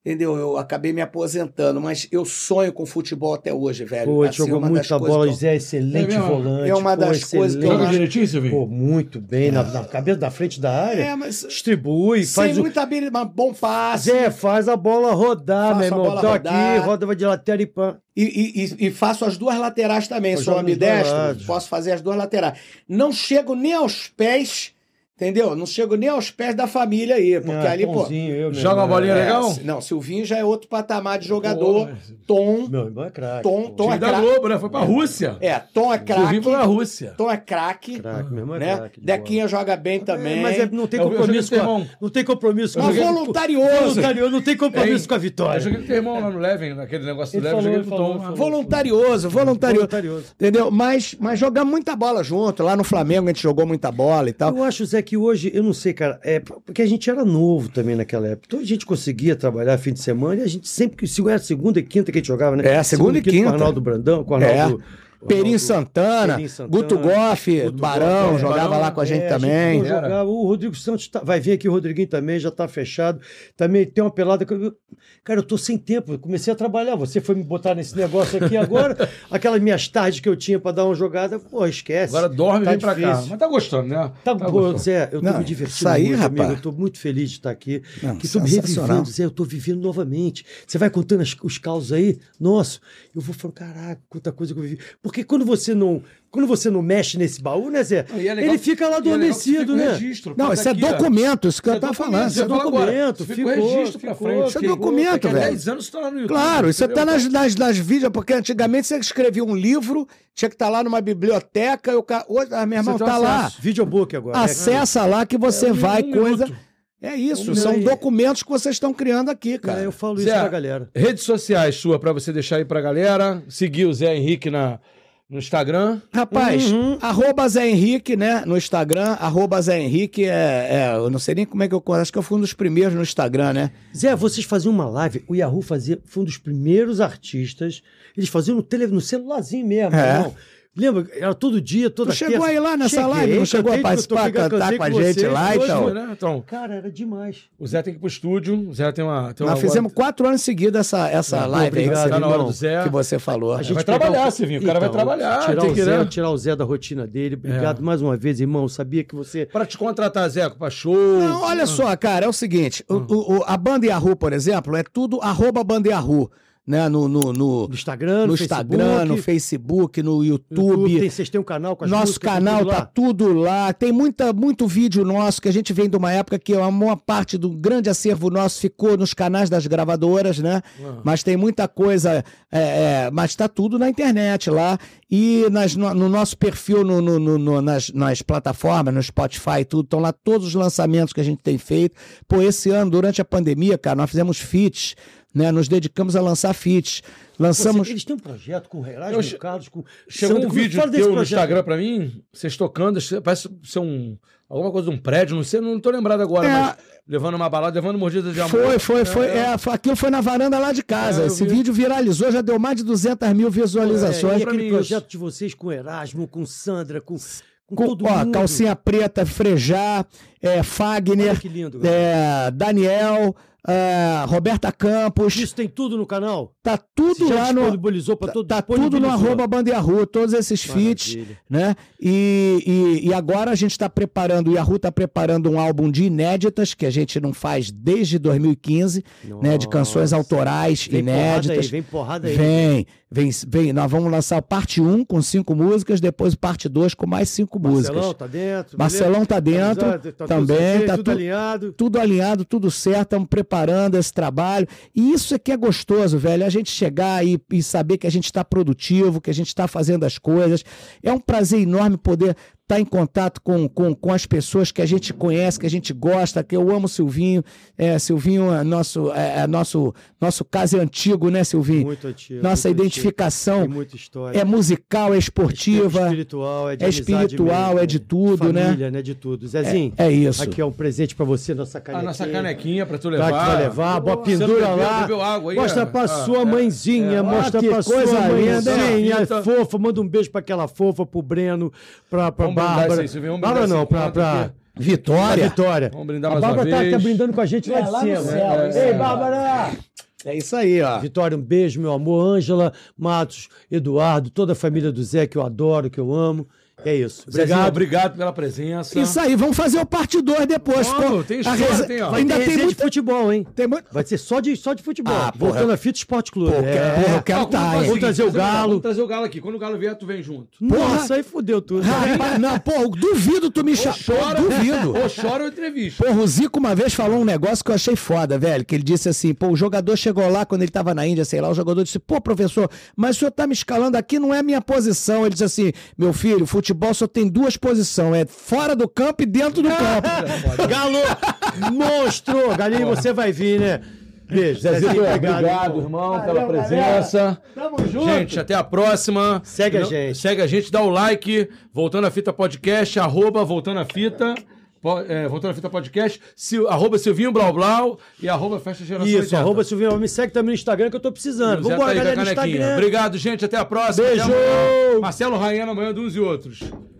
Entendeu? Eu acabei me aposentando, mas eu sonho com futebol até hoje, velho.
Pô,
Assim,
jogou
uma das
muita
coisas
bola,
que eu-
Zé, excelente
É mesmo?
volante.
É uma
pô,
das coisas que eu
Joga
excelente.
acho-
direitinho, Silvinho?
Pô, muito bem, na, na cabeça da frente da área.
É, mas
Distribui,
sem
faz o.
muita habilidade, mas bom passe.
Zé, faz a bola rodar,
Faça
meu
a
irmão.
bola
Tô
rodar.
aqui, roda vai de lateira e pã.
E, e- e- e faço as duas laterais também.
Eu
Sou
jogo nos dois
ambidestro,
lados.
posso fazer as duas laterais. Não chego nem aos pés, entendeu? Não chego nem aos pés da família aí, porque
Ah,
ali, pô.
bonzinho, eu, meu
Joga uma
irmão.
bolinha
é,
legal?
se- Não, Silvinho já é outro patamar de jogador.
Porra.
Tom,
Meu irmão é craque.
Tom,
pô.
Tom
Time
é
da
craque.
Globo, né? Foi pra Rússia.
É, Tom é
Silvinho foi pra
craque.
Rússia.
Tom é craque.
Craque, meu irmão é
Né?
craque de bola.
Dequinha joga bem também.
É, Mas é- não tem
Eu- eu
compromisso
joguei com
com
meu
a,
irmão.
Não tem compromisso
Mas
com a-
voluntarioso. É
voluntarioso. Não tem compromisso
Hein?
com a
Eu
vitória.
joguei com teu irmão lá no Leven, naquele negócio do
Ele
Leven, eu
falou,
joguei
ele
com o
falou,
Tom.
ele falou.
Voluntarioso, voluntarioso.
Voluntarioso.
Entendeu? Mas, mas joga muita bola junto. Lá no Flamengo a gente jogou muita bola e tal.
Eu acho, Zé, que hoje, eu não sei, cara, é porque a gente era novo também naquela época. Então a gente conseguia trabalhar fim de semana e a gente sempre que se era segunda e quinta que a gente jogava, né?
É, segunda e quinta.
Com o Arnaldo Brandão, com o Arnaldo.
É. Perim Santana,
Perim Santana,
Guto Goff,
Guto
Barão,
Goff, é,
jogava
Barão,
lá com a gente
É,
também. né?
pô, jogava. O Rodrigo Santos tá- vai vir aqui, o Rodriguinho também já tá fechado. Também tem uma pelada que eu. Cara, eu tô sem tempo. Eu comecei a trabalhar. Você foi me botar nesse negócio
(laughs)
aqui agora. Aquelas minhas tardes que eu tinha pra dar uma jogada, pô, esquece.
Agora dorme e
Tá
vem pra cá.
difícil.
Mas tá gostando, né?
Tá, bom,
gostando.
Zé, eu tô
Não,
me divertindo
isso aí,
muito,
rapaz.
amigo. Eu tô muito feliz de estar aqui.
Não,
que tô me
sensacional.
revivendo, Zé. Eu tô vivendo novamente. Você vai contando as- os causos aí, nossa, eu vou falando, caraca, quanta coisa que eu vivi. Porque quando você não, quando você não mexe nesse baú, né, Zé?
E é legal-
ele fica lá
e é legal que você fica
adormecido,
com
né?
registro,
Não,
pô,
isso
tá
é
aqui, ó.
documento, isso que eu
Isso é
tava
documento,
falando.
isso é
documento,
documento,
ficou,
ficou registro pra
ficou,
frente.
isso é
ficou,
documento,
daqui a
velho.
10 anos tá lá no YouTube.
Claro, isso
entendeu?
tá nas, nas, nas vídeos, porque antigamente você escrevia um livro, tinha que estar lá numa biblioteca, e o ca... hoje, ah, meu irmão,
tem
tá lá.
acesso.
Videobook agora. né?
Acessa lá que você
É, um-
vai,
um
coisa.
minuto.
É isso,
Um
são
minuto.
documentos que vocês estão criando aqui,
É,
cara.
eu falo
Zé,
isso pra galera.
Redes sociais sua pra você deixar aí pra galera. Seguir o Zé Henrique na, no Instagram.
Rapaz,
Uhum.
arroba Zé Henrique, né? No Instagram, arroba Zé Henrique é, é, Eu não sei nem como é que eu. Acho que eu fui um dos primeiros no Instagram, né?
Zé, vocês faziam uma live, o Yahoo fazia, foi um dos primeiros artistas. Eles faziam no, tele, no celularzinho mesmo,
É.
irmão. Lembra? Era todo dia, toda
Tu chegou
terça.
aí lá nessa
Cheguei,
live, não chegou a
cantei,
participar,
eu tô- eu
cantar
cantei
com a
você,
gente lá e
hoje,
tal?
né? Então,
Cara, era demais.
o Zé tem que ir pro estúdio. O Zé tem uma. Tem uma
Nós fizemos quatro anos seguidos essa, essa
Ah,
live aí que
obrigado,
você,
tá na
hora
irmão,
do Zé.
que você falou. né?
A
vai
pegar
trabalhar, Silvinho, o cara vai trabalhar,
Então, Tirar
tem
o,
que,
Zé,
né?
tirar o Zé da rotina dele.
É.
Obrigado mais uma vez, irmão. Sabia que você.
Pra te contratar, Zé, pra show.
Não, olha só, cara, é o seguinte: o- o- o- a Banda Yahoo, por exemplo, é tudo arroba Banda Yahoo, né? No, no, no,
No Instagram,
no Instagram, no Facebook, no YouTube.
Tem, vocês têm um canal com as
Nosso
músicas,
canal
tudo
tá
lá?
tudo lá. Tem muita, muito vídeo nosso que a gente vem de uma época que a maior parte do grande acervo nosso ficou nos canais das gravadoras, né?
Ah.
Mas tem muita coisa. é, é, mas tá tudo na internet lá. E nas, no, no nosso perfil, no, no- no- no- nas, nas plataformas, no Spotify e tudo, estão lá todos os lançamentos que a gente tem feito. Pô, esse ano, durante a pandemia, cara, nós fizemos feats, né? Nos dedicamos a lançar feats. Lançamos.
Você- eles têm um projeto com o
Eu
Herácio
che-
com o Carlos, com.
Chegou
Sandro,
um
como-
vídeo
fala desse
teu no
projeto.
Instagram pra mim, vocês tocando, parece ser um. Alguma coisa de um prédio, não sei, não tô lembrado agora,
É.
mas. Levando uma balada, levando mordida de amor.
Foi, foi, foi. É, foi- aquilo foi na varanda lá de casa.
É, eu
Esse
vi.
vídeo viralizou, já deu mais de 200 mil
É,
visualizações.
e
pra mim
aquele
isso.
projeto de vocês com Erasmo, com Sandra, com, com,
com,
todo
ó,
mundo.
calcinha preta, Frejá, é,
Olha
Fagner,
que lindo. cara.
é, Daniel, é, Roberta Campos.
Isso tem tudo no canal?
Tá
Você
tudo
já
lá no.
disponibilizou para
tá-
todo
Tá tudo no
disponibilizou?
arroba Bandeirru, todos esses feats,
Maravilha.
né? E, e, e agora a gente está preparando, o Yahoo está preparando um álbum de inéditas, que a gente não faz desde 2015, né? De canções
Nossa.
autorais,
Vem porrada aí,
inéditas.
vem porrada aí.
Vem, vem, vem. Nós vamos lançar o parte 1 com cinco músicas, depois o parte 2 com mais cinco
Marcelão
músicas.
tá dentro.
Marcelão tá
beleza?
dentro,
Tá- tá tudo
também,
certinho,
tá
tudo
tu-
alinhado.
tudo alinhado, tudo certo, estamos preparando esse trabalho. E isso é que é gostoso, velho. A gente chegar e, e saber que a gente está produtivo, que a gente está fazendo as coisas. É um prazer enorme poder estar em contato com, com, com as pessoas que a gente conhece, que a gente gosta, que eu amo o Silvinho. É, Silvinho é nosso, é, é nosso, nosso caso é antigo, né, Silvinho?
Muito antigo.
Nossa
muito
identificação
antigo. Tem muita história.
é musical, é esportiva.
espiritual, é de
é
amizade
espiritual,
mesmo,
é de tudo, né?
Família, né? De tudo. Zezinho,
É isso.
aqui é um presente pra você, nossa
A
canequinha.
nossa canequinha pra tu levar.
Tá, que vai levar, boa pendura
Você não bebeu,
lá.
bebeu água aí,
mostra
é?
pra
Ah,
sua
é.
mãezinha,
É,
mostra
ah, que
pra
coisa
sua
linda,
mãezinha.
hein?
É fofa, manda um beijo pra aquela fofa, pro Breno, pra, pra
Vamos brindar isso
Bárbara.
aí, Silvinho, vamos
Bárbara
brindar
não,
esse
pra,
encontro
pra
aqui.
Vitória.
Vamos brindar
A
mais uma
Bárbara tá,
vez.
tá brindando com a gente lá
É,
de
lá no
cima.
céu, é isso
né? Ei,
aí.
Bárbara!
É isso aí, ó.
Vitória, um beijo, meu amor. Ângela, Matos, Eduardo, toda a família do Zé, que eu adoro, que eu amo. É isso.
Zezinho,
Obrigado.
obrigado pela presença.
Isso aí, vamos fazer o parte 2 depois.
Vamos,
pô.
tem
A
história,
reza-
tem, ó.
Vai
Ainda
ter
tem
resenha de
muito.
futebol, hein?
Tem muito...
Vai ser só de, só de futebol.
Ah, porra.
Voltando a Fita Esporte Clube. É.
Pô, quero- porra, eu quero
Ó, vamos
tá,
fazer o
hein?
seguinte,
Vamos trazer o
fazer melhor,
Galo.
Vamos assim. trazer o Galo aqui. Quando o Galo vier, tu vem junto.
Nossa, aí fudeu tudo.
Ah,
Ah,
Rapaz, não, porra, duvido tu me
Ou
chamar.
chora,
Duvido.
ou chora ou entrevista.
Porra, o Zico uma vez falou um negócio que eu achei foda, velho. Que ele disse assim: pô, o jogador chegou lá quando ele tava na Índia, sei lá. O jogador disse: pô, professor, mas o senhor tá me escalando aqui, não é minha posição. Ele disse assim: meu filho, futebol só tem duas posições: é fora do campo e dentro do campo.
(laughs)
Galo, monstro. Galinho, você vai vir, né? Beijo.
Zezinho,
Zezinho,
obrigado,
irmão.
irmão, pela
Valeu,
presença.
Tamo junto.
Gente, até a próxima.
Segue a
Não-
gente.
Segue a gente, dá o like. Voltando a fita podcast, arroba Voltando a Fita. po- é, Voltando à Fita Podcast, Sil, arroba Silvinho Blau Blau e arroba Festa Geração
Isso,
80.
arroba Silvio Alves, me segue também no Instagram que eu tô precisando.
Zé tá
Vambora,
Taída
galera, no
Canequinha.
Instagram.
Obrigado, gente. Até a próxima.
Beijo!
Até amanhã. Marcelo Raiano amanhã de uns e outros.